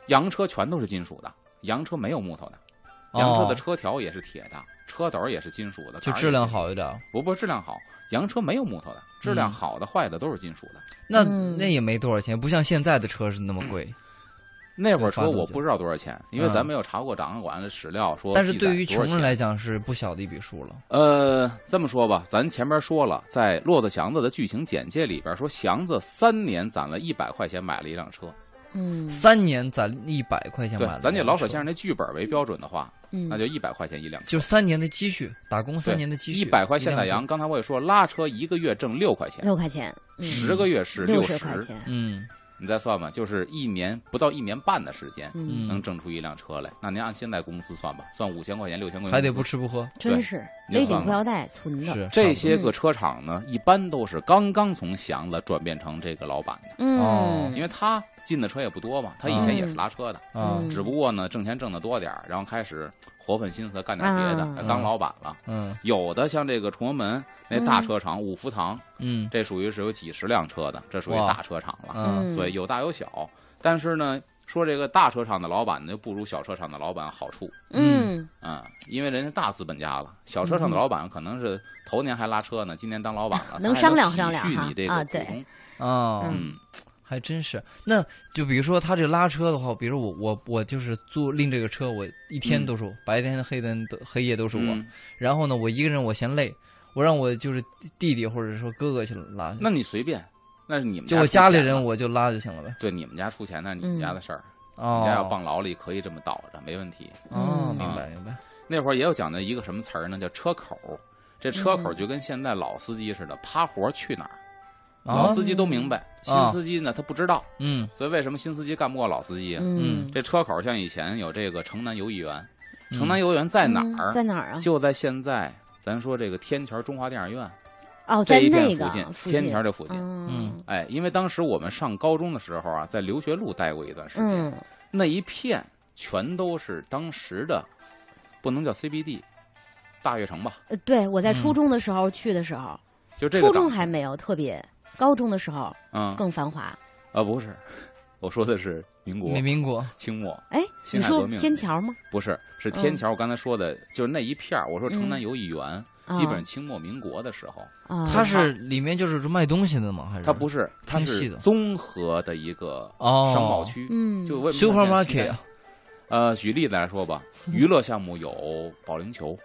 Speaker 3: 洋车，全都是金属的，洋车没有木头的，
Speaker 1: 哦
Speaker 3: 洋车的车条也是铁的，车斗也是金属的，
Speaker 1: 就
Speaker 3: 杆儿也是
Speaker 1: 质量，好嗯一点。
Speaker 3: 不不质量好，洋车没有木头的，质量好的坏的都是金属的。
Speaker 1: 那
Speaker 2: 嗯
Speaker 1: 那也没多少钱，不像现在的车是那么贵。
Speaker 3: 那会儿车
Speaker 1: 发动机
Speaker 3: 我不知道多少钱，因为
Speaker 1: 嗯
Speaker 3: 咱没有查过档案馆的史料说。
Speaker 1: 但是对于穷人来，讲是不小的一笔数了。
Speaker 3: 呃，这么说吧，咱前面说了，在《骆驼祥子》的剧情简介里边说，祥子三年攒了一百块钱买了一辆车。
Speaker 2: 嗯
Speaker 1: 三年攒一百块钱
Speaker 3: 对
Speaker 1: 买了，，
Speaker 3: 咱就老舍先生那剧本为标准的话，
Speaker 2: 嗯，
Speaker 3: 那就一百块钱一辆车。
Speaker 1: 就是三年的积蓄，打工三年的积蓄，
Speaker 3: 一百块现宰
Speaker 1: 一辆车。
Speaker 3: 羊，刚才我也说，拉车一个月挣六块钱，
Speaker 2: 六块钱，嗯
Speaker 3: 十个月是
Speaker 2: 六
Speaker 3: 十
Speaker 2: 十块，钱，
Speaker 1: 嗯
Speaker 3: 你再算吧，就是一年不到一年半的时间。
Speaker 2: 嗯，
Speaker 1: 嗯，
Speaker 3: 能挣出一辆车来，那您按现在工资算吧，算五千块钱、六千块钱，
Speaker 1: 还得不。吃不喝，
Speaker 2: 真是
Speaker 3: 你就
Speaker 2: 勒紧
Speaker 3: 算
Speaker 2: 裤腰带存的，
Speaker 1: 是
Speaker 3: 这些个车厂呢，一般都是刚刚从祥子转变成这个老板的，
Speaker 1: 哦
Speaker 2: 嗯，
Speaker 3: 因为他进的车也不多嘛，他以前也是拉车的，
Speaker 1: 啊，
Speaker 2: 嗯
Speaker 3: 只不过呢挣钱挣得多点儿，然后开始活分心思干点别的，
Speaker 2: 啊
Speaker 3: 当老板了。
Speaker 1: 嗯
Speaker 3: 有的像这个崇文门那大车厂五福堂，
Speaker 1: 嗯
Speaker 3: 这属于是有几十辆车的，这属于
Speaker 1: 哇
Speaker 3: 大车厂了，
Speaker 1: 啊
Speaker 2: 嗯
Speaker 3: 所以有大有小。但是呢，说这个大车厂的老板呢，不如小车厂的老板好处
Speaker 2: 嗯
Speaker 3: 啊、因为人家大资本家了。小车厂的老板可能是头年还拉车呢，今年当 老板了，
Speaker 2: 能
Speaker 3: 他还
Speaker 2: 商量
Speaker 3: 体
Speaker 2: 商量
Speaker 3: 恤
Speaker 2: 哈
Speaker 3: 你这
Speaker 2: 啊
Speaker 3: 个
Speaker 2: 对
Speaker 3: 股东，
Speaker 1: 啊，
Speaker 3: 嗯，
Speaker 1: 还真是。那就比如说他这拉车的话，比如我我我就是租拎这个车，我一天
Speaker 3: 嗯
Speaker 1: 都是我，白天黑天都黑夜都是我。
Speaker 3: 嗯
Speaker 1: 然后呢，我一个人我嫌累，我让我就是弟弟或者说哥哥去拉去，
Speaker 3: 那你随便，那是你们
Speaker 1: 就我家
Speaker 3: 出
Speaker 1: 里
Speaker 3: 钱
Speaker 1: 人
Speaker 3: 了。
Speaker 1: 我就拉就行了呗。
Speaker 3: 对你们家出钱，那是你们家的
Speaker 2: 嗯
Speaker 3: 事儿。你
Speaker 1: 哦
Speaker 3: 们，家要傍牢里，可以这么倒着，没问题。
Speaker 1: 哦，
Speaker 2: 嗯
Speaker 1: 明白明白。
Speaker 3: 那会儿也有讲的一个什么词儿呢？叫车口儿。这车
Speaker 2: 嗯
Speaker 3: 口儿就跟现在老司机似的，趴活儿去哪儿？
Speaker 2: 哦
Speaker 3: 老
Speaker 1: 啊
Speaker 3: 司机都明白，
Speaker 2: 嗯
Speaker 3: 新
Speaker 1: 啊
Speaker 3: 司机呢他不知道，
Speaker 1: 嗯
Speaker 3: 所以为什么新司机干不过老司机啊？
Speaker 2: 嗯，
Speaker 3: 这车口像以前有这个城南邮艺园，
Speaker 1: 嗯
Speaker 3: 城南邮艺园在哪
Speaker 2: 在
Speaker 3: 儿？
Speaker 2: 哪儿啊？
Speaker 3: 就在现在咱说这个天桥中华电影院
Speaker 2: 哦，
Speaker 3: 这
Speaker 2: 在
Speaker 3: 一
Speaker 2: 那
Speaker 3: 片
Speaker 2: 个
Speaker 3: 近，
Speaker 2: 附
Speaker 3: 天桥这附近。
Speaker 2: 嗯
Speaker 3: 哎，因为当时我们上高中的时候啊，在留学路待过一段时间，
Speaker 2: 嗯
Speaker 3: 那一片全都是当时的，不能叫 CBD，大悦城吧，
Speaker 2: 呃对我在初
Speaker 1: 嗯
Speaker 2: 中的时候去的时候，
Speaker 3: 就这个
Speaker 2: 初
Speaker 3: 档
Speaker 2: 中
Speaker 3: 次
Speaker 2: 还没有特别，高中的时候
Speaker 3: 嗯
Speaker 2: 更繁华。
Speaker 3: 啊，不是， 我说的是民国
Speaker 1: 没民国，
Speaker 3: 清末，
Speaker 2: 哎，
Speaker 3: 辛
Speaker 2: 你
Speaker 3: 亥
Speaker 2: 说
Speaker 3: 革命
Speaker 2: 天桥吗？
Speaker 3: 不是是天桥。我刚才说的就是那一片儿，我说城
Speaker 2: 嗯
Speaker 3: 南有一园，
Speaker 2: 啊
Speaker 3: 基本上清末民国的时候，
Speaker 2: 啊，
Speaker 1: 它是里面就是卖东西的吗？还是
Speaker 3: 它不是，它
Speaker 1: 挺细
Speaker 3: 是
Speaker 1: 的
Speaker 3: 综合的一个
Speaker 1: 哦
Speaker 3: 商贸区，
Speaker 2: 嗯，
Speaker 3: 就为什么发现
Speaker 1: supermarket
Speaker 3: 西安呃，举例子来说吧，
Speaker 2: 嗯
Speaker 3: 娱乐项目有保龄球，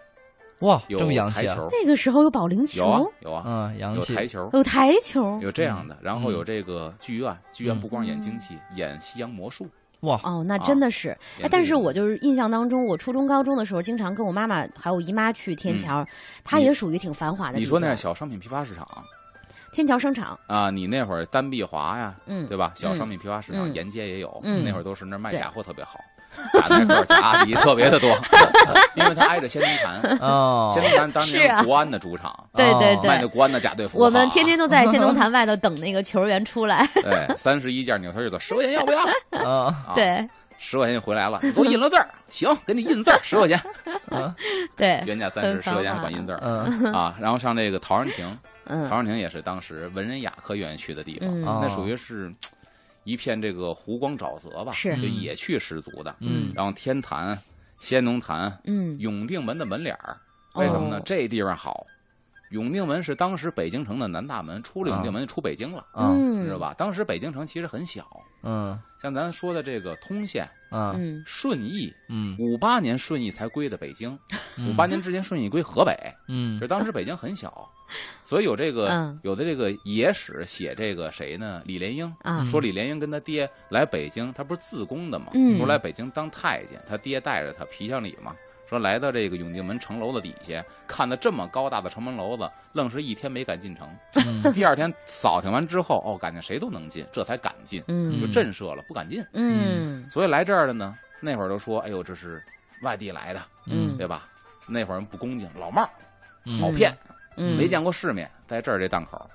Speaker 1: 哇，
Speaker 3: 有
Speaker 1: 这么洋
Speaker 3: 台
Speaker 1: 气啊！
Speaker 3: 球，
Speaker 2: 那个时候有保龄球
Speaker 3: 有，啊有啊，
Speaker 1: 嗯，洋
Speaker 3: 有
Speaker 1: 气
Speaker 3: 台球，
Speaker 2: 有台球，
Speaker 3: 有这样的，然
Speaker 2: 嗯
Speaker 3: 后有这个剧院，剧院不光演京戏，演西洋魔术。
Speaker 1: 哇，
Speaker 2: 哦，
Speaker 3: 啊
Speaker 2: 那真的是。哎，但是我就是印象当中，我初中、高中的时候，经常跟我妈妈还有姨妈去天桥，它
Speaker 3: 你
Speaker 2: 也属于挺繁华的地方。
Speaker 3: 嗯你说那是小商品批发市场
Speaker 2: 天桥商场，
Speaker 3: 啊，你那会儿单碧华呀，
Speaker 2: 嗯，
Speaker 3: 对吧？小商品批发市场
Speaker 2: 嗯
Speaker 3: 沿街也有，
Speaker 2: 嗯
Speaker 3: 那会儿都是那儿卖
Speaker 2: 对
Speaker 3: 假货特别好，打耐克、假 阿迪特别的多， 因为它挨着仙踪坛，
Speaker 1: 哦
Speaker 3: 仙，踪坛当
Speaker 2: 是啊
Speaker 3: 年国安的主场。
Speaker 2: 对对
Speaker 1: 哦
Speaker 2: 对，
Speaker 3: 卖那国安的假队服好啊，
Speaker 2: 我们天天都在仙农坛外头等那个球员出来，
Speaker 3: 对三十一件扭头就走，十块钱要不要？
Speaker 1: 啊，
Speaker 3: 啊，
Speaker 2: 对
Speaker 3: 十块钱就回来了，你给我印了字儿，行，给你印字儿，十块钱，
Speaker 1: 嗯
Speaker 2: 对，
Speaker 3: 原价三十，
Speaker 2: 很
Speaker 3: 十
Speaker 2: 繁
Speaker 3: 块钱还
Speaker 2: 华
Speaker 3: 管印字儿
Speaker 1: 嗯，
Speaker 3: 啊。然后上这个陶然亭，陶
Speaker 2: 嗯
Speaker 3: 然亭也是当时文人雅客愿意去的地方，
Speaker 2: 嗯
Speaker 1: 哦
Speaker 3: 那属于是嘖一片这个湖光沼泽吧，
Speaker 2: 是
Speaker 3: 就野趣十足的。
Speaker 1: 嗯
Speaker 3: 然后天坛、仙农坛、
Speaker 2: 嗯，
Speaker 3: 永定门的门脸儿，为什么呢？
Speaker 2: 哦
Speaker 3: 这地方好。永定门是当时北京城的南大门，出了永定门就出北京了，
Speaker 1: 嗯
Speaker 3: 你
Speaker 2: 嗯，
Speaker 3: 知道？啊吧？当时北京城其实很小，
Speaker 1: 嗯
Speaker 3: 像咱说的这个通县、
Speaker 1: 嗯
Speaker 2: 嗯
Speaker 3: 顺义，
Speaker 1: 嗯
Speaker 3: 五八年顺义才归的北京，
Speaker 1: 嗯
Speaker 3: 五八年之前顺义归河北，
Speaker 1: 嗯
Speaker 3: 就当时北京很小，所以有这个、
Speaker 2: 嗯
Speaker 3: 有的这个野史写这个谁呢？李莲英
Speaker 2: 啊，
Speaker 3: 说李莲英跟他爹来北京，他不是自宫的嘛，
Speaker 2: 嗯
Speaker 3: 不是来北京当太监，他爹带着他皮箱里嘛。说来到这个永定门城楼的底下，看到这么高大的城门楼子，愣是一天没敢进城。
Speaker 1: 嗯
Speaker 3: 第二天扫听完之后，哦，感觉谁都能进，这才敢进，
Speaker 2: 嗯
Speaker 3: 就震慑了，不敢进。
Speaker 2: 嗯
Speaker 3: 所以来这儿的呢，那会儿都说，哎呦，这是外地来的，
Speaker 1: 嗯
Speaker 3: 对吧？那会儿人不恭敬，老帽儿
Speaker 1: 嗯
Speaker 3: 好骗，
Speaker 2: 嗯，
Speaker 3: 没见过世面，在这儿这档口儿，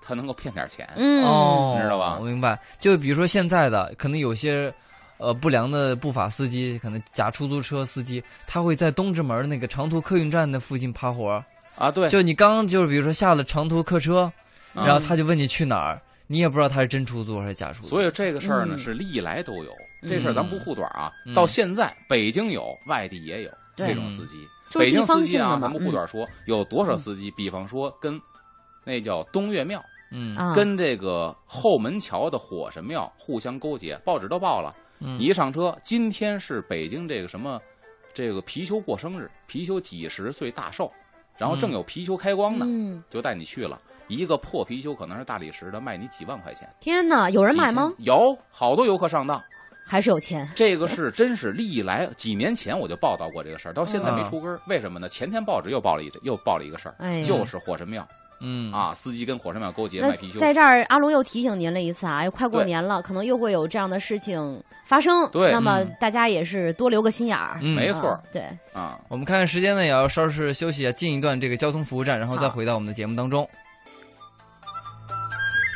Speaker 3: 他能够骗点钱。
Speaker 2: 嗯
Speaker 1: 哦，
Speaker 3: 知道吧
Speaker 1: 我明白。就比如说现在的，可能有些呃不良的不法司机，可能假出租车司机，他会在东直门那个长途客运站那附近趴活儿。
Speaker 3: 啊，对，
Speaker 1: 就你刚刚就是比如说下了长途客车，
Speaker 2: 嗯
Speaker 3: 啊
Speaker 1: 然后他就问你去哪儿，你也不知道他是真出租还是假出租。
Speaker 3: 所以这个事儿呢
Speaker 2: 嗯
Speaker 3: 是历来都有，这事儿咱不护短啊
Speaker 1: 嗯。
Speaker 3: 到现在北京有，外地也有
Speaker 2: 对
Speaker 3: 这种司机。
Speaker 2: 就是
Speaker 3: 北京司机
Speaker 2: 地方性的嘛
Speaker 3: 啊，
Speaker 2: 嗯
Speaker 3: 咱不护短说，有多少司机？比方说跟那叫东岳庙，
Speaker 1: 嗯
Speaker 2: 啊，
Speaker 3: 跟这个后门桥的火神庙互相勾结，报纸都报了。
Speaker 1: 嗯
Speaker 3: 你一上车，今天是北京这个什么，这个貔貅过生日，貔貅几十岁大寿，然后正有貔貅开光呢，
Speaker 2: 嗯，
Speaker 3: 就带你去了。一个破貔貅可能是大理石的，卖你几万块钱。
Speaker 2: 天哪，有人买吗
Speaker 3: 几？千？有好多游客上当，
Speaker 2: 还是有钱？
Speaker 3: 这个是真是历来几年前我就报道过这个事儿，到现在没出根儿。为什么呢？前天报纸又报了一又报了一个事儿，
Speaker 2: 哎呀，
Speaker 3: 就是火神庙
Speaker 1: 嗯，
Speaker 3: 啊，司机跟火神庙勾结
Speaker 2: 那
Speaker 3: 卖貔
Speaker 2: 在
Speaker 3: 貅。
Speaker 2: 这儿，阿龙又提醒您了一次啊，快过
Speaker 3: 对
Speaker 2: 年了，可能又会有这样的事情发生。
Speaker 3: 对
Speaker 2: 那么
Speaker 1: 嗯
Speaker 2: 大家也是多留个心眼儿。
Speaker 1: 嗯
Speaker 3: 没错
Speaker 2: 啊对，
Speaker 3: 啊，
Speaker 1: 我们看看时间呢，也要稍事休息啊，进一段这个交通服务站，然后再回到我们的节目当中。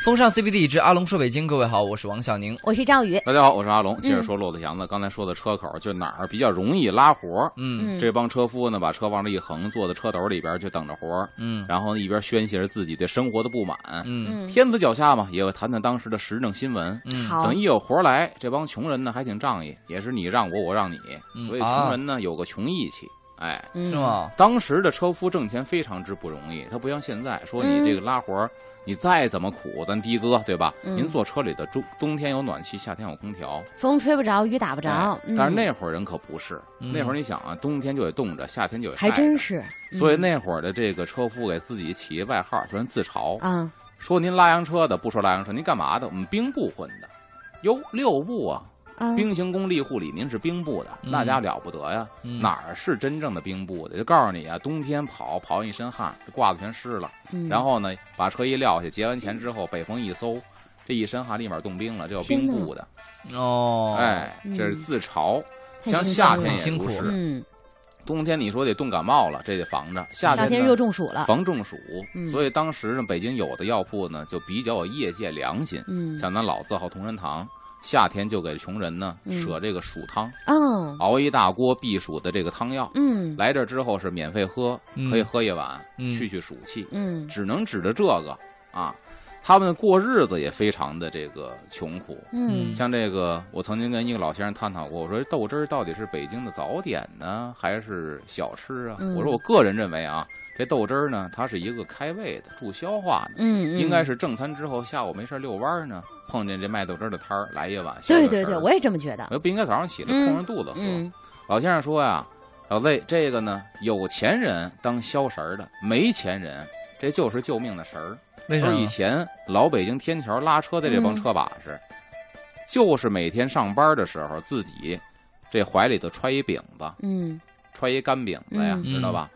Speaker 1: 风尚 CBD 之阿龙说北京，各位好，我是王小宁。
Speaker 2: 我是赵宇。
Speaker 3: 大家好，我是阿龙。接
Speaker 2: 嗯
Speaker 3: 着说骆驼祥子，刚才说的车口，就哪儿比较容易拉活儿？
Speaker 1: 嗯
Speaker 2: 嗯，
Speaker 3: 这帮车夫呢，把车往这一横，坐在车斗里边儿就等着活儿，
Speaker 1: 嗯
Speaker 3: 然后呢一边宣泄着自己对生活的不满。
Speaker 1: 嗯
Speaker 2: 嗯，
Speaker 3: 天子脚下嘛，也要谈谈当时的时政新闻。
Speaker 1: 嗯，
Speaker 2: 好
Speaker 3: 等一有活儿来，这帮穷人呢还挺仗义，也是你让我，我让你，
Speaker 1: 嗯
Speaker 3: 所以穷人呢、有个穷义气。哎，
Speaker 2: 嗯
Speaker 1: 是？吗？
Speaker 3: 当时的车夫挣钱非常之不容易，他不像现在说你这个拉活儿，你再怎么苦，咱的哥对吧？
Speaker 2: 嗯
Speaker 3: 您坐车里头，冬冬天有暖气，夏天有空调。
Speaker 2: 风吹不着，雨打不着
Speaker 3: 哎，
Speaker 2: 嗯
Speaker 3: 但是那会儿人可不是，
Speaker 1: 嗯
Speaker 3: 那会儿你想啊，冬天就得冻着，夏天就得晒
Speaker 2: 还
Speaker 3: 着
Speaker 2: 真。是。嗯
Speaker 3: 所以那会儿的这个车夫给自己起一外号，就是自嘲，
Speaker 2: 啊，
Speaker 3: 说您拉洋车的不说拉洋车，您干嘛的？我们兵部混的，哟，六部啊，
Speaker 2: 啊
Speaker 3: 兵行宫吏户礼，您是兵部的，
Speaker 1: 嗯
Speaker 3: 那家了不得呀！
Speaker 1: 嗯
Speaker 3: 哪儿是真正的兵部的？就告诉你啊，冬天跑跑一身汗，这褂子全湿了。
Speaker 2: 嗯
Speaker 3: 然后呢，把车一撂下，结完钱之后，北风一搜，这一身汗立马冻冰了，这叫兵部的。
Speaker 1: 哦，
Speaker 3: 哎，
Speaker 2: 嗯
Speaker 3: 这是自嘲。
Speaker 2: 太
Speaker 3: 像
Speaker 2: 心
Speaker 3: 夏
Speaker 2: 酸
Speaker 3: 天
Speaker 2: 了
Speaker 3: 也
Speaker 1: 辛
Speaker 3: 不
Speaker 1: 苦
Speaker 3: 是，
Speaker 2: 嗯，
Speaker 3: 冬天你说得冻感冒了，这得防着。夏
Speaker 2: 夏
Speaker 3: 天
Speaker 2: 天
Speaker 3: 呢
Speaker 2: 热中暑了。
Speaker 3: 防中暑
Speaker 2: 嗯，
Speaker 3: 所以当时呢，北京有的药铺呢就比较有业界良心，
Speaker 2: 嗯，
Speaker 3: 像咱老字号同仁堂，夏天就给穷人呢
Speaker 2: 嗯
Speaker 3: 舍这个暑汤。
Speaker 2: 嗯
Speaker 3: 熬一大锅避暑的这个汤药，
Speaker 2: 嗯
Speaker 3: 来这儿之后是免费喝，
Speaker 1: 嗯
Speaker 3: 可以喝一碗，
Speaker 1: 嗯
Speaker 3: 去去暑气，
Speaker 2: 嗯
Speaker 3: 只能指着这个啊。他们过日子也非常的这个穷苦。
Speaker 2: 嗯
Speaker 1: 嗯
Speaker 3: 像这个，我曾经跟一个老先生探讨过，我说豆汁儿到底是北京的早点呢，还是小吃啊？
Speaker 2: 嗯
Speaker 3: 我说我个人认为啊，这豆汁儿呢，它是一个开胃的、助消化的，
Speaker 2: 嗯，嗯
Speaker 3: 应该是正餐之后下午没事儿遛弯儿呢，碰见这卖豆汁儿的摊儿来一碗。消消
Speaker 2: 对
Speaker 3: 食
Speaker 2: 对对，
Speaker 3: 儿
Speaker 2: 我也这么觉得。
Speaker 3: 我不应该早上起来
Speaker 2: 嗯
Speaker 3: 空着肚子喝。
Speaker 2: 嗯
Speaker 3: 老先生说呀、老 Z 这个呢，有钱人当消食儿的，没钱人这就是救命的食儿。
Speaker 1: 为啥
Speaker 3: 说
Speaker 1: 呢？
Speaker 3: 以前老北京天桥拉车的这帮
Speaker 2: 嗯
Speaker 3: 车把式，就是每天上班的时候自己这怀里头揣一饼子，
Speaker 2: 嗯
Speaker 3: 揣一干饼子呀，
Speaker 2: 嗯
Speaker 3: 知道吧？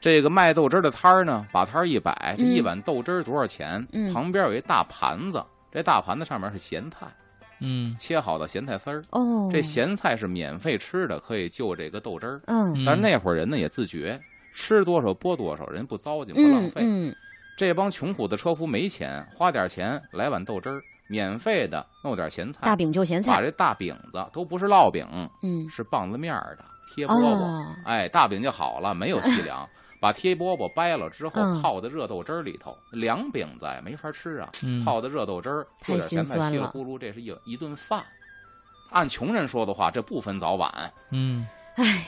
Speaker 3: 这个卖豆汁儿的摊儿呢，把摊儿一摆，这
Speaker 2: 嗯
Speaker 3: 一碗豆汁儿多少钱？
Speaker 2: 嗯
Speaker 3: 旁边有一大盘子，这大盘子上面是咸菜，
Speaker 1: 嗯
Speaker 3: 切好的咸菜丝儿。
Speaker 2: 哦，
Speaker 3: 这咸菜是免费吃的，可以就这个豆汁儿。
Speaker 2: 嗯
Speaker 1: 嗯
Speaker 3: 但是那会儿人呢也自觉，吃多少拨多少，人不糟践不浪
Speaker 2: 嗯
Speaker 3: 费。
Speaker 2: 嗯
Speaker 3: 这帮穷苦的车夫没钱，花点钱来碗豆汁儿，免费的弄点咸菜，
Speaker 2: 大饼就咸
Speaker 3: 啊把
Speaker 2: 菜，
Speaker 3: 这大饼子都不是烙饼，
Speaker 2: 嗯
Speaker 3: 是棒子面儿的贴饽饽，
Speaker 2: 哦
Speaker 3: 哎，大饼就好了，没 有细粮。把贴饽饽掰了之后，
Speaker 2: 嗯
Speaker 3: 泡在热豆汁儿里头，凉饼子呀没法吃啊，
Speaker 1: 嗯
Speaker 3: 泡的热豆汁儿，
Speaker 2: 太
Speaker 3: 做点咸菜
Speaker 2: 心酸
Speaker 3: 稀里
Speaker 2: 了
Speaker 3: 咕噜，这是一一顿饭。按穷人说的话，这不分早晚，
Speaker 1: 嗯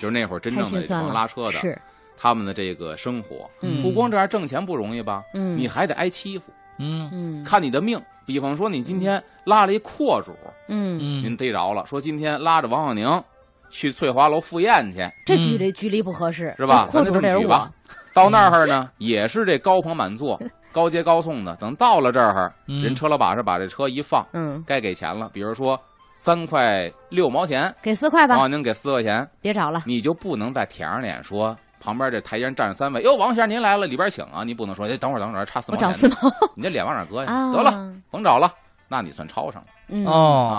Speaker 3: 就是那会儿真
Speaker 2: 太
Speaker 3: 正
Speaker 2: 心
Speaker 3: 的这
Speaker 2: 酸
Speaker 3: 帮
Speaker 2: 了
Speaker 3: 拉车的，
Speaker 2: 是
Speaker 3: 他们的这个生活，
Speaker 2: 嗯
Speaker 3: 不光这样挣钱不容易吧，
Speaker 2: 嗯
Speaker 3: 你还得挨欺负，
Speaker 1: 嗯
Speaker 2: 嗯
Speaker 3: 看你的命。比方说，你今天拉了一阔主，
Speaker 2: 嗯
Speaker 1: 嗯
Speaker 3: 您逮着了，说今天拉着王小宁去翠华楼赴宴去，
Speaker 2: 这
Speaker 1: 嗯
Speaker 2: 距离距离不合适
Speaker 3: 是吧
Speaker 2: 这阔
Speaker 3: 咱就
Speaker 2: 主
Speaker 3: 这么
Speaker 2: 得
Speaker 3: 举
Speaker 2: 是我
Speaker 3: 吧到那儿呢
Speaker 2: 嗯
Speaker 3: 也是这高朋 满座、高接高送的。等到了这儿，
Speaker 1: 嗯
Speaker 3: 人车老把式把这车一放，
Speaker 2: 嗯
Speaker 3: 该给钱了。比如说三块六毛钱，
Speaker 2: 给四块
Speaker 3: 王
Speaker 2: 吧
Speaker 3: 小宁给四块钱，
Speaker 2: 别找了
Speaker 3: 你就不能再舔着脸说。旁边这台阶上站着三位，哟，王先生您来了，里边请啊！你不能说，哎，等会儿等会儿，差四
Speaker 2: 我
Speaker 3: 毛
Speaker 2: 找四
Speaker 3: 钱，
Speaker 2: 毛
Speaker 3: 你这脸往哪搁呀？
Speaker 2: 啊
Speaker 3: 哎得了，甭找了，那你算抄上了
Speaker 2: 嗯
Speaker 1: 哦
Speaker 3: 啊。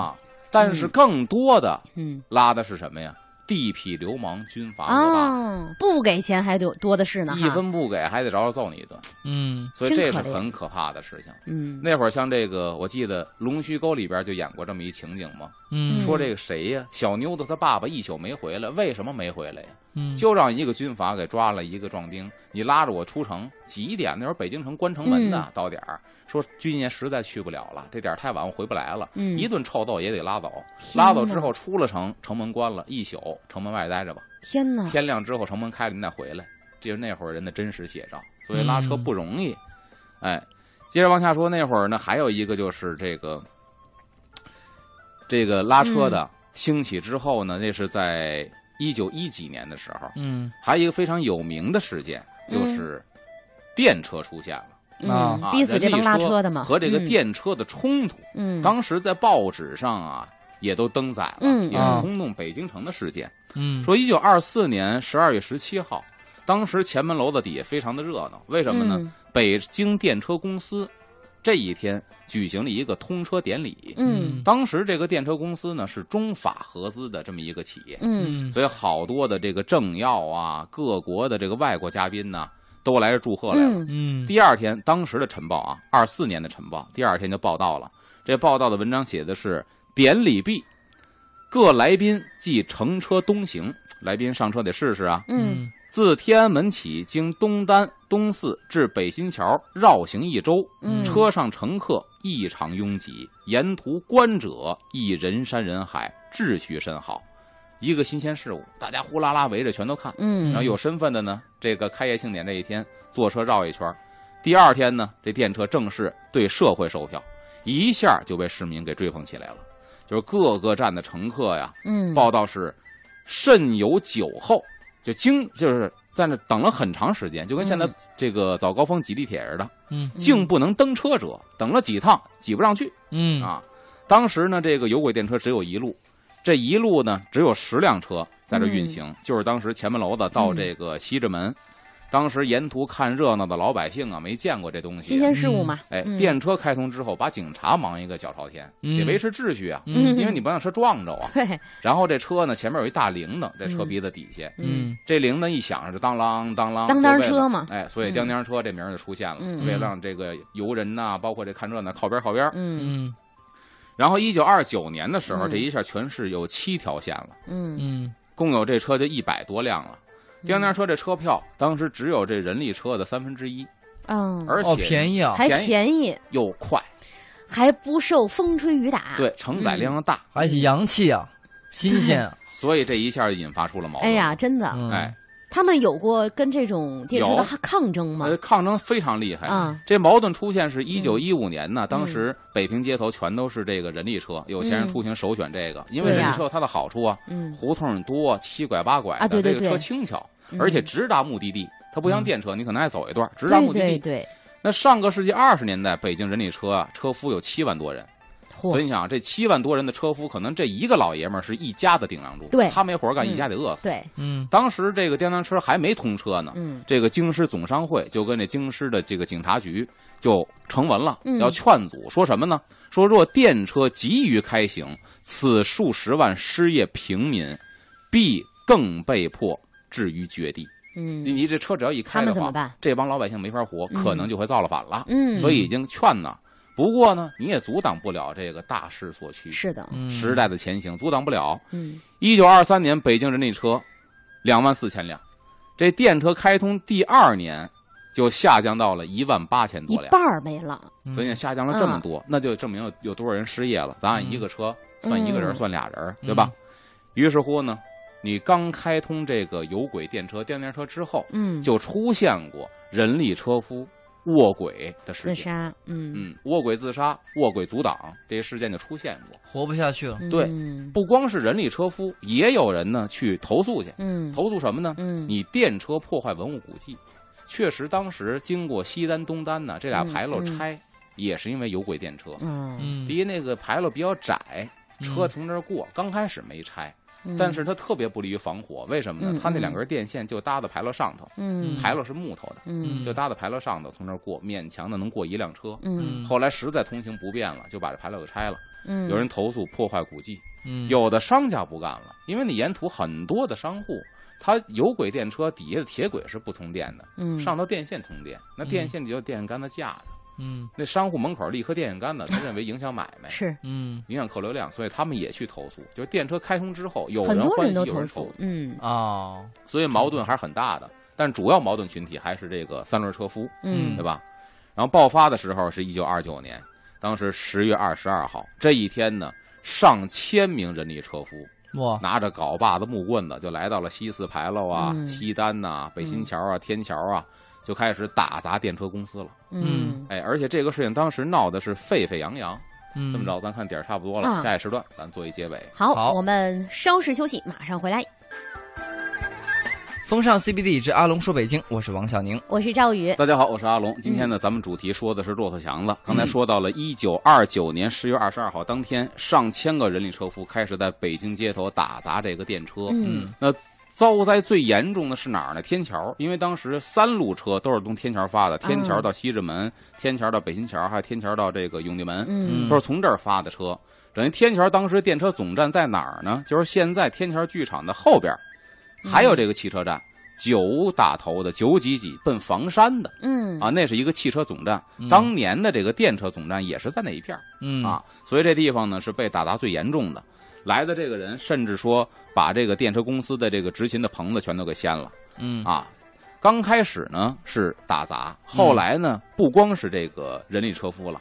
Speaker 3: 但是更多的
Speaker 2: 嗯
Speaker 3: 拉的是什么呀？地痞流氓、军阀恶霸，
Speaker 2: 啊不给钱还多多的是呢
Speaker 3: 一
Speaker 2: 哈
Speaker 3: 分不给还得着着揍你一顿，
Speaker 1: 嗯
Speaker 3: 所以这是
Speaker 2: 真可怜
Speaker 3: 很可怕的事情。
Speaker 2: 嗯
Speaker 3: 那会儿像这个，我记得《龙须沟》里边就演过这么一情景嘛，
Speaker 1: 嗯
Speaker 3: 说这个谁呀？小妞子她爸爸一宿没回来，为什么没回来呀？
Speaker 1: 嗯
Speaker 3: 就让一个军阀给抓了一个壮丁，你拉着我出城，几点？那会儿北京城关城门
Speaker 2: 嗯
Speaker 3: 呢，到点儿说军爷实在去不了了，这点儿太晚，我回不来了。
Speaker 2: 嗯
Speaker 3: 一顿臭揍也得拉走，
Speaker 2: 天
Speaker 3: 拉走之
Speaker 2: 哪
Speaker 3: 后出了城，城门关了，一宿城门外待着吧。
Speaker 2: 天哪
Speaker 3: 天亮之后城门开了，您再回来，这是那会儿人的真实写照。所以拉车
Speaker 2: 嗯
Speaker 3: 不容易，哎，接着往下说，那会儿呢，还有一个就是这个，这个拉车
Speaker 2: 嗯
Speaker 3: 的兴起之后呢，那是在一九一几年的时候，
Speaker 1: 嗯
Speaker 3: 还有一个非常有名的事件就是电车出现了、
Speaker 1: 啊
Speaker 2: 嗯
Speaker 3: 啊，
Speaker 2: 逼死这帮拉车的嘛
Speaker 3: 和这个
Speaker 2: 嗯
Speaker 3: 电车的冲突，
Speaker 2: 嗯
Speaker 3: 当时在报纸上啊也都登载了，
Speaker 2: 嗯
Speaker 3: 也是
Speaker 1: 嗯
Speaker 3: 轰动北京城的事件。
Speaker 1: 嗯
Speaker 3: 说一九二四年十二月十七号，当时前门楼子底下非常的热闹，为什么呢？
Speaker 2: 嗯
Speaker 3: 北京电车公司这一天举行了一个通车典礼。
Speaker 2: 嗯
Speaker 3: 当时这个电车公司呢是中法合资的这么一个企业，
Speaker 2: 嗯
Speaker 1: 嗯
Speaker 3: 所以好多的这个政要啊，各国的这个外国嘉宾呐，都来这祝贺来了。
Speaker 2: 嗯
Speaker 1: 嗯
Speaker 3: 第二天，当时的晨报啊，二四年的晨报，第二天就报道了。这报道的文章写的是典礼毕，各来宾即乘车东行。来宾上车得试试啊！
Speaker 2: 嗯
Speaker 3: 自天安门起，经东单、东四至北新桥，绕行一周。
Speaker 2: 嗯
Speaker 3: 车上乘客异常拥挤，沿途观者亦人山人海，秩序甚好。一个新鲜事物，大家呼啦啦围着全都看。然
Speaker 2: 嗯
Speaker 3: 后有身份的呢，这个开业庆典这一天坐车绕一圈儿，第二天呢，这电车正式对社会售票，一下就被市民给追捧起来了。就是各个站的乘客呀，
Speaker 2: 嗯
Speaker 3: 报道是甚有酒后，就经就是在那等了很长时间，就跟现在
Speaker 2: 嗯
Speaker 3: 这个早高峰挤地铁似的，
Speaker 1: 嗯
Speaker 3: 竟不能登车者，等了几趟挤不上去
Speaker 1: 嗯
Speaker 3: 啊。当时呢，这个有轨电车只有一路，这一路呢只有十辆车在这
Speaker 2: 嗯
Speaker 3: 运行，就是当时前门楼子到这个西直门，当时沿途看热闹的老百姓啊，没见过这东
Speaker 2: 新
Speaker 3: 西。
Speaker 2: 鲜事物嘛
Speaker 3: 哎，
Speaker 2: 嗯
Speaker 3: 电车开通之后，把警察忙一个脚朝天，
Speaker 1: 嗯
Speaker 3: 得维持秩序啊，
Speaker 1: 嗯
Speaker 3: 因为你不让车撞着啊。
Speaker 2: 对
Speaker 3: 然后这车呢，前面有一大铃铛，在车
Speaker 2: 嗯
Speaker 3: 鼻子底下，
Speaker 1: 嗯
Speaker 3: 这铃铛一响就当啷当啷，
Speaker 2: 当当
Speaker 3: 啊就为了
Speaker 2: 车嘛
Speaker 3: 哎，所以
Speaker 2: 嗯
Speaker 3: 当当车这名儿就出现了，
Speaker 2: 嗯
Speaker 3: 为了让这个游人呐、包括这看热闹靠边儿靠边儿。
Speaker 2: 嗯
Speaker 1: 嗯
Speaker 3: 然后一九二九年的时候，
Speaker 2: 嗯
Speaker 3: 这一下全市有七条线了，
Speaker 2: 嗯
Speaker 1: 嗯
Speaker 3: 共有这车就一百多辆了。叮当车这车票当时只有这人力车的三分之一，
Speaker 2: 嗯，
Speaker 3: 而
Speaker 1: 哦，
Speaker 3: 且
Speaker 1: 便宜啊，
Speaker 2: 还
Speaker 3: 便宜
Speaker 2: 便宜，
Speaker 3: 又快，
Speaker 2: 还不受风吹雨打。
Speaker 3: 对，承载量大，
Speaker 1: 而且洋气啊，新鲜啊，
Speaker 3: 所以这一下就引发出了矛
Speaker 2: 哎
Speaker 3: 盾。
Speaker 2: 呀，真的，
Speaker 1: 嗯
Speaker 3: 哎，
Speaker 2: 他们有过跟这种电车的
Speaker 3: 有
Speaker 2: 哈抗争吗
Speaker 3: 呃，？抗争非常厉害。
Speaker 2: 嗯
Speaker 3: 这矛盾出现是一九一五年呢，当时北平街头全都是这个人力车，有钱人出行首选这个，因
Speaker 2: 嗯
Speaker 3: 为
Speaker 2: 对呀
Speaker 3: 人力车有它的好处啊，
Speaker 2: 嗯，
Speaker 3: 胡同多，七拐八拐的，
Speaker 2: 啊对对
Speaker 3: 这个
Speaker 2: 对
Speaker 3: 车轻巧，
Speaker 2: 嗯
Speaker 3: 而且直达目的地。它不像
Speaker 1: 嗯
Speaker 3: 电车，你可能还走一段，直达
Speaker 2: 对
Speaker 3: 目的地。
Speaker 2: 对对，
Speaker 3: 那上个世纪二十年代，北京人力车啊，车夫有七万多人，所以
Speaker 2: 嚯，
Speaker 3: 你想，这七万多人的车夫，可能这一个老爷们儿是一家子顶梁柱，
Speaker 2: 对
Speaker 3: 他没活儿干，一家得饿死。
Speaker 2: 对，
Speaker 1: 嗯
Speaker 3: 当时这个电单车还没通车呢，
Speaker 2: 嗯
Speaker 3: 这个京师总商会就跟这京师的这个警察局就成文了
Speaker 2: 嗯，
Speaker 3: 要劝阻，说什么呢？说若电车急于开行，此数十万失业平民，必更被迫置于绝地。你
Speaker 2: 嗯，
Speaker 3: 你这车只要一
Speaker 2: 他
Speaker 3: 开
Speaker 2: 们
Speaker 3: 的
Speaker 2: 怎么
Speaker 3: 话，
Speaker 2: 办？
Speaker 3: 这帮老百姓没法活，
Speaker 2: 嗯
Speaker 3: 可能就会造了反了。
Speaker 2: 嗯，
Speaker 3: 所以已经劝呢，不过呢，你也阻挡不了这个大势所趋，
Speaker 2: 是的，
Speaker 1: 嗯，
Speaker 3: 时代的前行阻挡不了。
Speaker 2: 嗯
Speaker 3: 一九二三年，北京人力车两万四千辆，这电车开通第二年就下降到了一万八千
Speaker 2: 一
Speaker 3: 多辆，
Speaker 2: 半儿没了，
Speaker 1: 嗯
Speaker 3: 所以下降了这么多，那就证明有有多少人失业了。咱按一个车、
Speaker 2: 嗯
Speaker 3: 算一个人，
Speaker 2: 嗯
Speaker 3: 算俩人，对吧？于是乎呢，你刚开通这个有轨电车、电电车之后，
Speaker 2: 嗯，
Speaker 3: 就出现过人力车夫卧轨的事
Speaker 2: 自
Speaker 3: 件。
Speaker 2: 杀，嗯，
Speaker 3: 嗯，卧轨自杀、卧轨阻挡这些事件就出现过。
Speaker 1: 活不下去了，
Speaker 3: 对
Speaker 2: 嗯
Speaker 3: 不光是人力车夫，也有人呢去投诉去。
Speaker 2: 嗯
Speaker 3: 投诉什么呢？
Speaker 2: 嗯，
Speaker 3: 你电车破坏文物古迹，确实当时经过西单、东单呢这俩牌楼拆，也是因为有轨电车。
Speaker 2: 嗯，
Speaker 1: 嗯，
Speaker 3: 第一，那个牌楼比较窄，车从这儿过，刚开始没拆，但是它特别不利于防火。为什么
Speaker 2: 嗯
Speaker 3: 呢？它那两根电线就搭到牌楼上头，
Speaker 2: 嗯
Speaker 3: 牌楼是木头的，
Speaker 2: 嗯
Speaker 3: 就搭到牌楼上头，从这儿过，勉强的能过一辆车。
Speaker 2: 嗯
Speaker 1: 嗯
Speaker 3: 后来实在通行不便了，就把这牌楼给拆了。
Speaker 2: 嗯，
Speaker 3: 有人投诉破坏古迹，
Speaker 1: 嗯
Speaker 3: 有的商家不干了，因为你沿途很多的商户，它有轨电车底下的铁轨是不通电的，
Speaker 2: 嗯
Speaker 3: 上头电线通电，那电线就是电线杆子架着，
Speaker 1: 嗯
Speaker 3: 那商户门口立棵电线杆子，他认为影响买 卖。
Speaker 2: 是
Speaker 1: 嗯
Speaker 3: 影响客流量，所以他们也去投诉。就是电车开通之后，有
Speaker 2: 很
Speaker 3: 人
Speaker 2: 多
Speaker 3: 欢
Speaker 2: 人
Speaker 3: 喜，
Speaker 2: 都
Speaker 3: 有
Speaker 2: 投
Speaker 3: 人投
Speaker 2: 诉，，嗯
Speaker 1: 哦，
Speaker 3: 所以矛盾还是很大的。但主要矛盾群体还是这个三轮车夫，
Speaker 2: 嗯
Speaker 3: 对吧？然后爆发的时候是一九二九年，当时十月二十二号这一天呢，上千名人力车夫
Speaker 1: 哇，
Speaker 3: 拿着镐把子、木棍子，就来到了西四牌楼啊、
Speaker 2: 嗯
Speaker 3: 西单呐、北新桥啊、天桥啊，就开始打砸电车公司了。
Speaker 2: 嗯
Speaker 3: 哎，而且这个事情当时闹的是沸沸扬扬。
Speaker 1: 嗯，
Speaker 3: 这么着，咱看点儿差不多了，
Speaker 2: 啊
Speaker 3: 下一时段咱做一结尾。
Speaker 2: 好，
Speaker 1: 好
Speaker 2: 我们稍事休息，马上回来。
Speaker 1: 嗯风尚 CBD 之阿龙说北京，我是王小宁。
Speaker 2: 我是赵宇，
Speaker 3: 大家好，我是阿
Speaker 2: 嗯
Speaker 3: 龙。今天呢，咱们主题说的是骆驼祥子。刚才说到了一九二九年十月二十二号当天，上千个人力车夫开始在北京街头打砸这个电车。
Speaker 2: 嗯
Speaker 3: 遭灾最严重的是哪儿呢？天桥，因为当时三路车都是从天桥
Speaker 2: 嗯
Speaker 3: 发的，天桥到西直门，天桥到北新桥，还有天桥到这个永定门，
Speaker 2: 嗯
Speaker 3: 都是从这儿发的车。等于天桥当时电车总站在哪儿呢？就是现在天桥剧场的后边儿，还
Speaker 2: 嗯
Speaker 3: 有这个汽车站。九打头的，九几几奔房山的
Speaker 2: 嗯
Speaker 3: 啊，那是一个汽车总站。当年的这个电车总站也是在那一片儿。
Speaker 1: 嗯
Speaker 3: 啊，所以这地方呢是被打砸最严重的。来的这个人甚至说把这个电车公司的这个执勤的棚子全都给掀了
Speaker 1: 嗯
Speaker 3: 啊。刚开始呢是打砸，
Speaker 1: 嗯
Speaker 3: 后来呢不光是这个人力车夫了。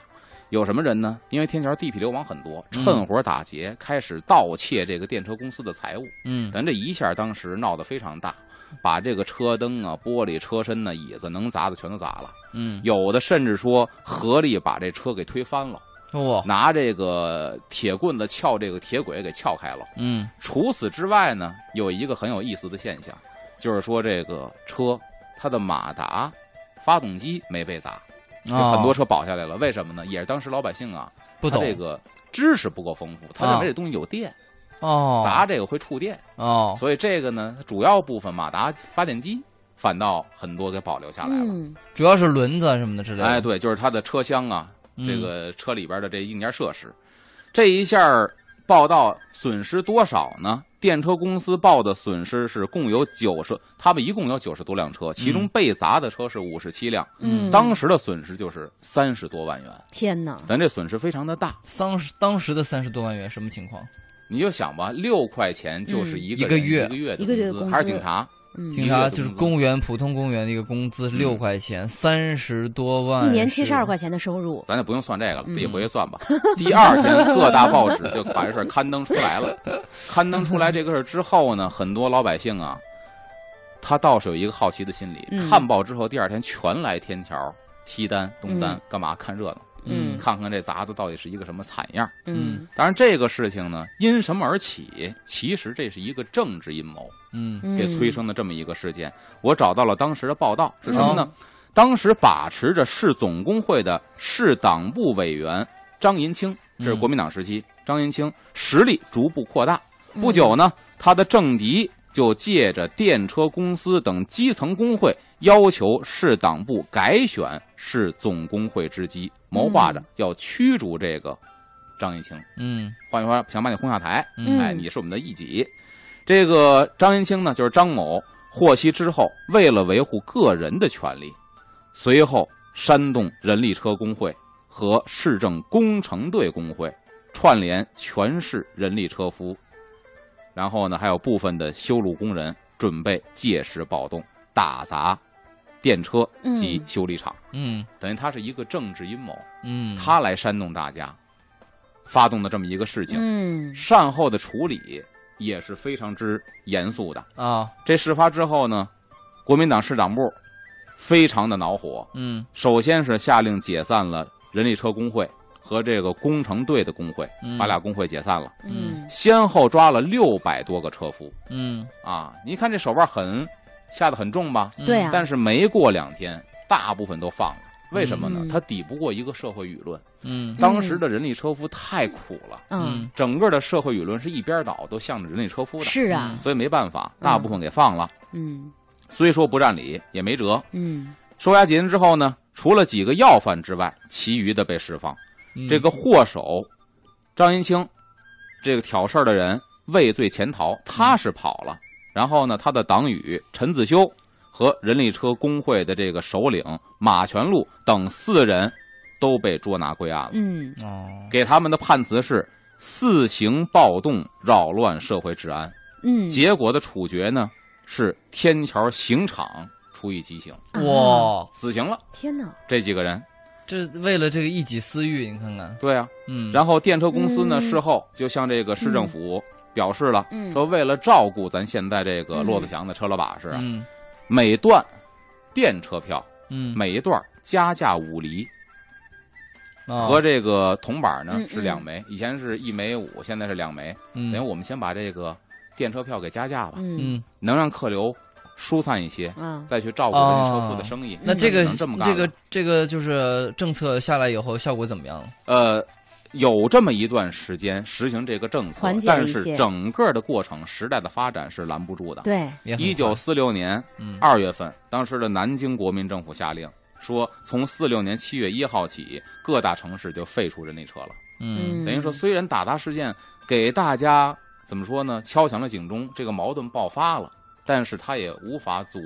Speaker 3: 有什么人呢？因为天桥地痞流氓很多，
Speaker 1: 嗯
Speaker 3: 趁火打劫，开始盗窃这个电车公司的财物。
Speaker 1: 嗯
Speaker 3: 咱这一下当时闹得非常大，把这个车灯啊、玻璃、车身呢、椅子能砸的全都砸了，
Speaker 1: 嗯，
Speaker 3: 有的甚至说合力把这车给推翻了。
Speaker 1: 哇，
Speaker 3: 拿这个铁棍子撬这个铁轨给撬开了。
Speaker 1: 嗯
Speaker 3: 除此之外呢，有一个很有意思的现象，就是说这个车它的马达、发动机没被砸，有
Speaker 1: 啊，
Speaker 3: 很多车保下来了。为什么呢？也是当时老百姓啊，
Speaker 1: 不
Speaker 3: 他
Speaker 1: 懂
Speaker 3: 这个知识不够丰富，他认为这东西有电，
Speaker 1: 哦，
Speaker 3: 砸这个会触电，
Speaker 1: 哦，
Speaker 3: 所以这个呢，主要部分马达、发电机。反倒很多给保留下来了，
Speaker 2: 嗯
Speaker 1: 主要是轮子啊什么的之类的。
Speaker 3: 哎，对，就是它的车厢啊，
Speaker 1: 嗯，
Speaker 3: 这个车里边的这硬件设施。这一下儿报道损失多少呢？电车公司报的损失是共有九十，他们一共有九十多辆车，其中被砸的车是五十七辆，
Speaker 2: 嗯，
Speaker 3: 当时的损失就是三十多万元，
Speaker 2: 天哪，
Speaker 3: 咱这损失非常的大。
Speaker 1: 当时当时的三十多万元什么情况？
Speaker 3: 你就想吧，六块钱就是一
Speaker 1: 嗯一个
Speaker 3: 人
Speaker 1: 月
Speaker 3: 一个月的
Speaker 2: 一个月的
Speaker 3: 工
Speaker 2: 工资
Speaker 3: 资，还是警察，
Speaker 2: 嗯，
Speaker 1: 经
Speaker 3: 一个
Speaker 1: 查
Speaker 3: 月
Speaker 1: 就是
Speaker 3: 工资
Speaker 1: 公务员普通公务员的一个工资是六
Speaker 3: 嗯
Speaker 1: 块钱，三十多万，
Speaker 2: 一年七十二，块钱的收入，
Speaker 3: 咱就不用算这个了，自己
Speaker 2: 嗯
Speaker 3: 回去算吧。第二天，各大报纸就把这事儿刊登出来了。刊登出来这个事儿之后呢，很多老百姓啊，他倒是有一个好奇的心理，
Speaker 2: 嗯
Speaker 3: 看报之后，第二天全来天桥、西单、东单，
Speaker 2: 嗯
Speaker 3: 干嘛看热闹？
Speaker 2: 嗯
Speaker 3: 看看这杂子到底是一个什么惨样。
Speaker 2: 嗯
Speaker 3: 当然，这个事情呢，因什么而起？其实这是一个政治阴谋
Speaker 1: 嗯
Speaker 2: 嗯，
Speaker 3: 给催生的这么一个事件。我找到了当时的报道是什么呢？当时把持着市总工会的市党部委员张银清，这是国民党时期，张银清实力逐步扩大。
Speaker 2: 嗯，
Speaker 3: 不久呢，他的政敌就借着电车公司等基层工会，要求市党部改选市总工会之机，谋划着
Speaker 2: 嗯
Speaker 3: 要驱逐这个张一清。
Speaker 1: 嗯
Speaker 3: 换句话说，想把你轰下台，
Speaker 1: 嗯
Speaker 3: 哎，你是我们的异己。这个张银清呢，就是张某，获悉之后，为了维护个人的权利，随后煽动人力车工会和市政工程队工会串联全市人力车夫，然后呢，还有部分的修路工人准备借势暴动，打砸电车及
Speaker 2: 嗯
Speaker 3: 修理厂，
Speaker 1: 嗯
Speaker 3: 等于它是一个政治阴谋，
Speaker 1: 嗯，
Speaker 3: 他来煽动大家，发动的这么一个事情。
Speaker 2: 嗯
Speaker 3: 善后的处理也是非常之严肃的。
Speaker 1: 啊，
Speaker 3: 这事发之后呢，国民党市党部非常的恼火，
Speaker 1: 嗯
Speaker 3: 首先是下令解散了人力车工会和这个工程队的工会，
Speaker 1: 嗯，
Speaker 3: 把俩工会解散了，
Speaker 2: 嗯
Speaker 3: 先后抓了六百多个车夫
Speaker 1: 嗯，
Speaker 3: 啊！你看这手腕很下得很重吧？
Speaker 1: 嗯
Speaker 2: 对啊
Speaker 3: 但是没过两天，大部分都放了。为什么呢
Speaker 2: 嗯？
Speaker 3: 他抵不过一个社会舆论。
Speaker 1: 嗯
Speaker 3: 当时的人力车夫太苦了，
Speaker 2: 嗯，
Speaker 3: 整个的社会舆论是一边倒，都向着人力车夫的。
Speaker 2: 是啊，
Speaker 3: 所以没办法，大部分给放了。
Speaker 2: 嗯
Speaker 3: 虽说不占理，也没辙。
Speaker 2: 嗯
Speaker 3: 收押几人之后呢，除了几个要犯之外，其余的被释放。
Speaker 1: 嗯
Speaker 3: 这个祸首张银清，这个挑事儿的人畏罪潜逃，他是跑了。然后呢，他的党羽陈子修和人力车工会的这个首领马全禄等四人都被捉拿归案了。
Speaker 2: 嗯
Speaker 1: 哦，
Speaker 3: 给他们的判词是四行暴动，扰乱社会治安。
Speaker 2: 嗯，
Speaker 3: 结果的处决呢是天桥刑场处以极刑，
Speaker 2: 啊
Speaker 1: 哇，
Speaker 3: 死刑了
Speaker 2: 天哪，
Speaker 3: 这几个人。
Speaker 1: 这为了这个一己私欲，你看看，
Speaker 3: 对啊，
Speaker 1: 嗯，
Speaker 3: 然后电车公司呢
Speaker 2: 嗯
Speaker 3: 事后就向这个市政府表示了，
Speaker 2: 嗯
Speaker 3: 说为了照顾咱现在这个骆驼祥的车老把式啊，
Speaker 1: 嗯
Speaker 3: 每段电车票
Speaker 1: 嗯，
Speaker 3: 每一段加价五厘，
Speaker 1: 啊
Speaker 3: 和这个铜板呢
Speaker 2: 嗯
Speaker 3: 是两枚，以前是一枚五，现在是两枚，等于
Speaker 1: 嗯
Speaker 3: 我们先把这个电车票给加价吧，
Speaker 2: 嗯
Speaker 1: 嗯，
Speaker 3: 能让客流疏散一些，
Speaker 2: 啊，
Speaker 3: 再去照顾人家车夫的生意。
Speaker 1: 那这个
Speaker 3: 只能这么干
Speaker 1: 这
Speaker 3: 了
Speaker 1: 个这个就是政策下来以后效果怎么样？
Speaker 3: 呃，有这么一段时间实行这个政策
Speaker 2: 缓，解了
Speaker 3: 但
Speaker 2: 一些
Speaker 3: 是整个的过程，时代的发展是拦不住的。
Speaker 2: 对，
Speaker 1: 也很
Speaker 3: 一九四六年
Speaker 1: 嗯
Speaker 3: 二月份，当时的南京国民政府下令说，从四六年七月一号起，各大城市就废除人力车了。
Speaker 1: 嗯
Speaker 3: 等于说，虽然打砸事件给大家怎么说呢，敲响了警钟，这个矛盾爆发了，但是它也无法阻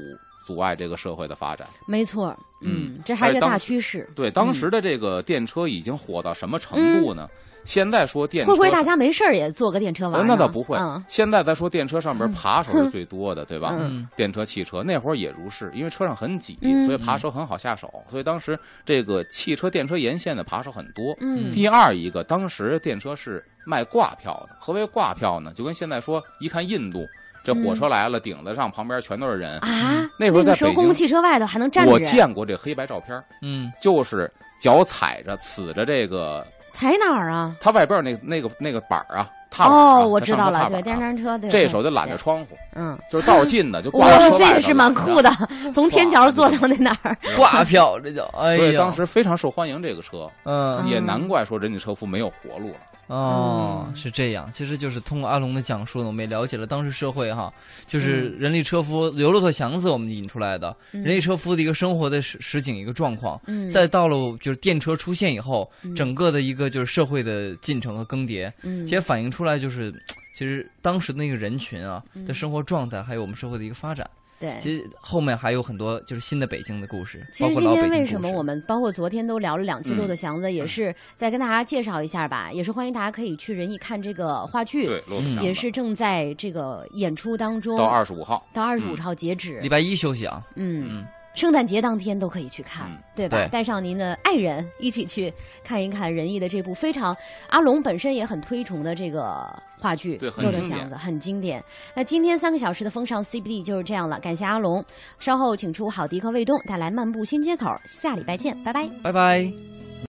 Speaker 3: 阻碍这个社会的发展。
Speaker 2: 没错，
Speaker 3: 嗯
Speaker 2: 嗯，这还是
Speaker 3: 而且
Speaker 2: 个
Speaker 3: 当
Speaker 2: 大
Speaker 3: 时
Speaker 2: 趋势，
Speaker 3: 对，当时的这个电车已经火到什么程
Speaker 2: 嗯
Speaker 3: 度呢？现在说电车
Speaker 2: 会不会大家没事儿也坐个电车玩
Speaker 3: 呃
Speaker 2: 儿呢？
Speaker 3: 那倒不会
Speaker 2: 嗯。
Speaker 3: 现在咱说电车上边扒手是最多的，对吧？
Speaker 2: 嗯
Speaker 1: 嗯
Speaker 3: 电车、汽车那会儿也如是，因为车上很挤，
Speaker 2: 嗯
Speaker 3: 所以扒手很好下手。所以当时这个汽车、电车沿线的扒手很多。
Speaker 2: 嗯
Speaker 3: 第二一个，当时电车是卖挂票的。何为挂票呢？就跟现在说，一看印度这火车来了，顶子上旁边全都是人。
Speaker 2: 嗯啊，
Speaker 3: 那会
Speaker 2: 个
Speaker 3: 儿在
Speaker 2: 时候
Speaker 3: 北
Speaker 2: 公共
Speaker 3: 京
Speaker 2: 汽车外头还能站着
Speaker 3: 我
Speaker 2: 人，
Speaker 3: 见过这黑白照片，
Speaker 1: 嗯
Speaker 3: 就是脚踩着、呲着这个，
Speaker 2: 踩哪儿啊？
Speaker 3: 它外边那那个那个板儿啊，踏板啊
Speaker 2: 哦，我
Speaker 3: 它
Speaker 2: 知
Speaker 3: 上
Speaker 2: 道
Speaker 3: 头
Speaker 2: 了，
Speaker 3: 踏
Speaker 2: 对，
Speaker 3: 板
Speaker 2: 电
Speaker 3: 啊
Speaker 2: 单车，对，
Speaker 3: 这
Speaker 2: 对
Speaker 3: 手就揽着
Speaker 2: 对
Speaker 3: 窗户，
Speaker 2: 嗯，
Speaker 3: 就是道儿近的，就挂在
Speaker 2: 哇，
Speaker 3: 车
Speaker 2: 这
Speaker 3: 外
Speaker 2: 也
Speaker 3: 头
Speaker 2: 是蛮酷的， 从天桥坐到那哪 儿，
Speaker 1: 挂票，这叫哎
Speaker 3: 所以
Speaker 1: 呀，
Speaker 3: 当时非常受欢迎这个车，
Speaker 1: 嗯
Speaker 3: 也难怪说人家车夫没有活路了。
Speaker 1: 哦，
Speaker 2: 嗯
Speaker 1: 是这样。其实就是通过阿龙的讲述呢，我们也了解了当时社会哈，就是
Speaker 2: 嗯
Speaker 1: 人力车夫、刘骆驼祥子我们引出来的、
Speaker 3: 嗯
Speaker 1: 人力车夫的一个生活的实实景一个状况。
Speaker 2: 嗯，
Speaker 1: 再到了就是电车出现以后，
Speaker 2: 嗯
Speaker 1: 整个的一个就是社会的进程和更迭，
Speaker 2: 嗯
Speaker 1: 其实反映出来就是，其实当时那个人群啊
Speaker 2: 嗯
Speaker 1: 的生活状态，还有我们社会的一个发展。
Speaker 2: 对。
Speaker 1: 其实后面还有很多就是新的北京的故事，
Speaker 2: 其实
Speaker 1: 包括
Speaker 2: 今
Speaker 1: 老
Speaker 2: 天
Speaker 1: 北京
Speaker 2: 为
Speaker 1: 故
Speaker 2: 什么
Speaker 1: 事
Speaker 2: 我们包括昨天都聊了两期
Speaker 3: 嗯
Speaker 2: 《六的祥子》，也是再跟大家介绍一下吧，也是欢迎大家可以去仁义看这个话剧，
Speaker 3: 对，骆驼祥子
Speaker 2: 嗯也是正在这个演出当中，
Speaker 3: 到二十五号，
Speaker 2: 到二十五
Speaker 3: 嗯
Speaker 2: 号截止
Speaker 1: 礼。拜一休息啊？
Speaker 2: 嗯，
Speaker 1: 嗯，
Speaker 2: 圣诞节当天都可以去看
Speaker 3: 嗯，
Speaker 2: 对吧
Speaker 1: 对？
Speaker 2: 带上您的爱人一起去看一看仁义的这部非常阿龙本身也很推崇的这个话剧
Speaker 3: 对
Speaker 2: 《
Speaker 3: 很
Speaker 2: 骆驼
Speaker 3: 经典
Speaker 2: 祥子》，很经典。那今天三个小时的风尚 CBD 就是这样了，感谢阿龙。稍后请出郝迪和卫东带来漫步新街口，下礼拜见，拜拜。
Speaker 1: 拜拜。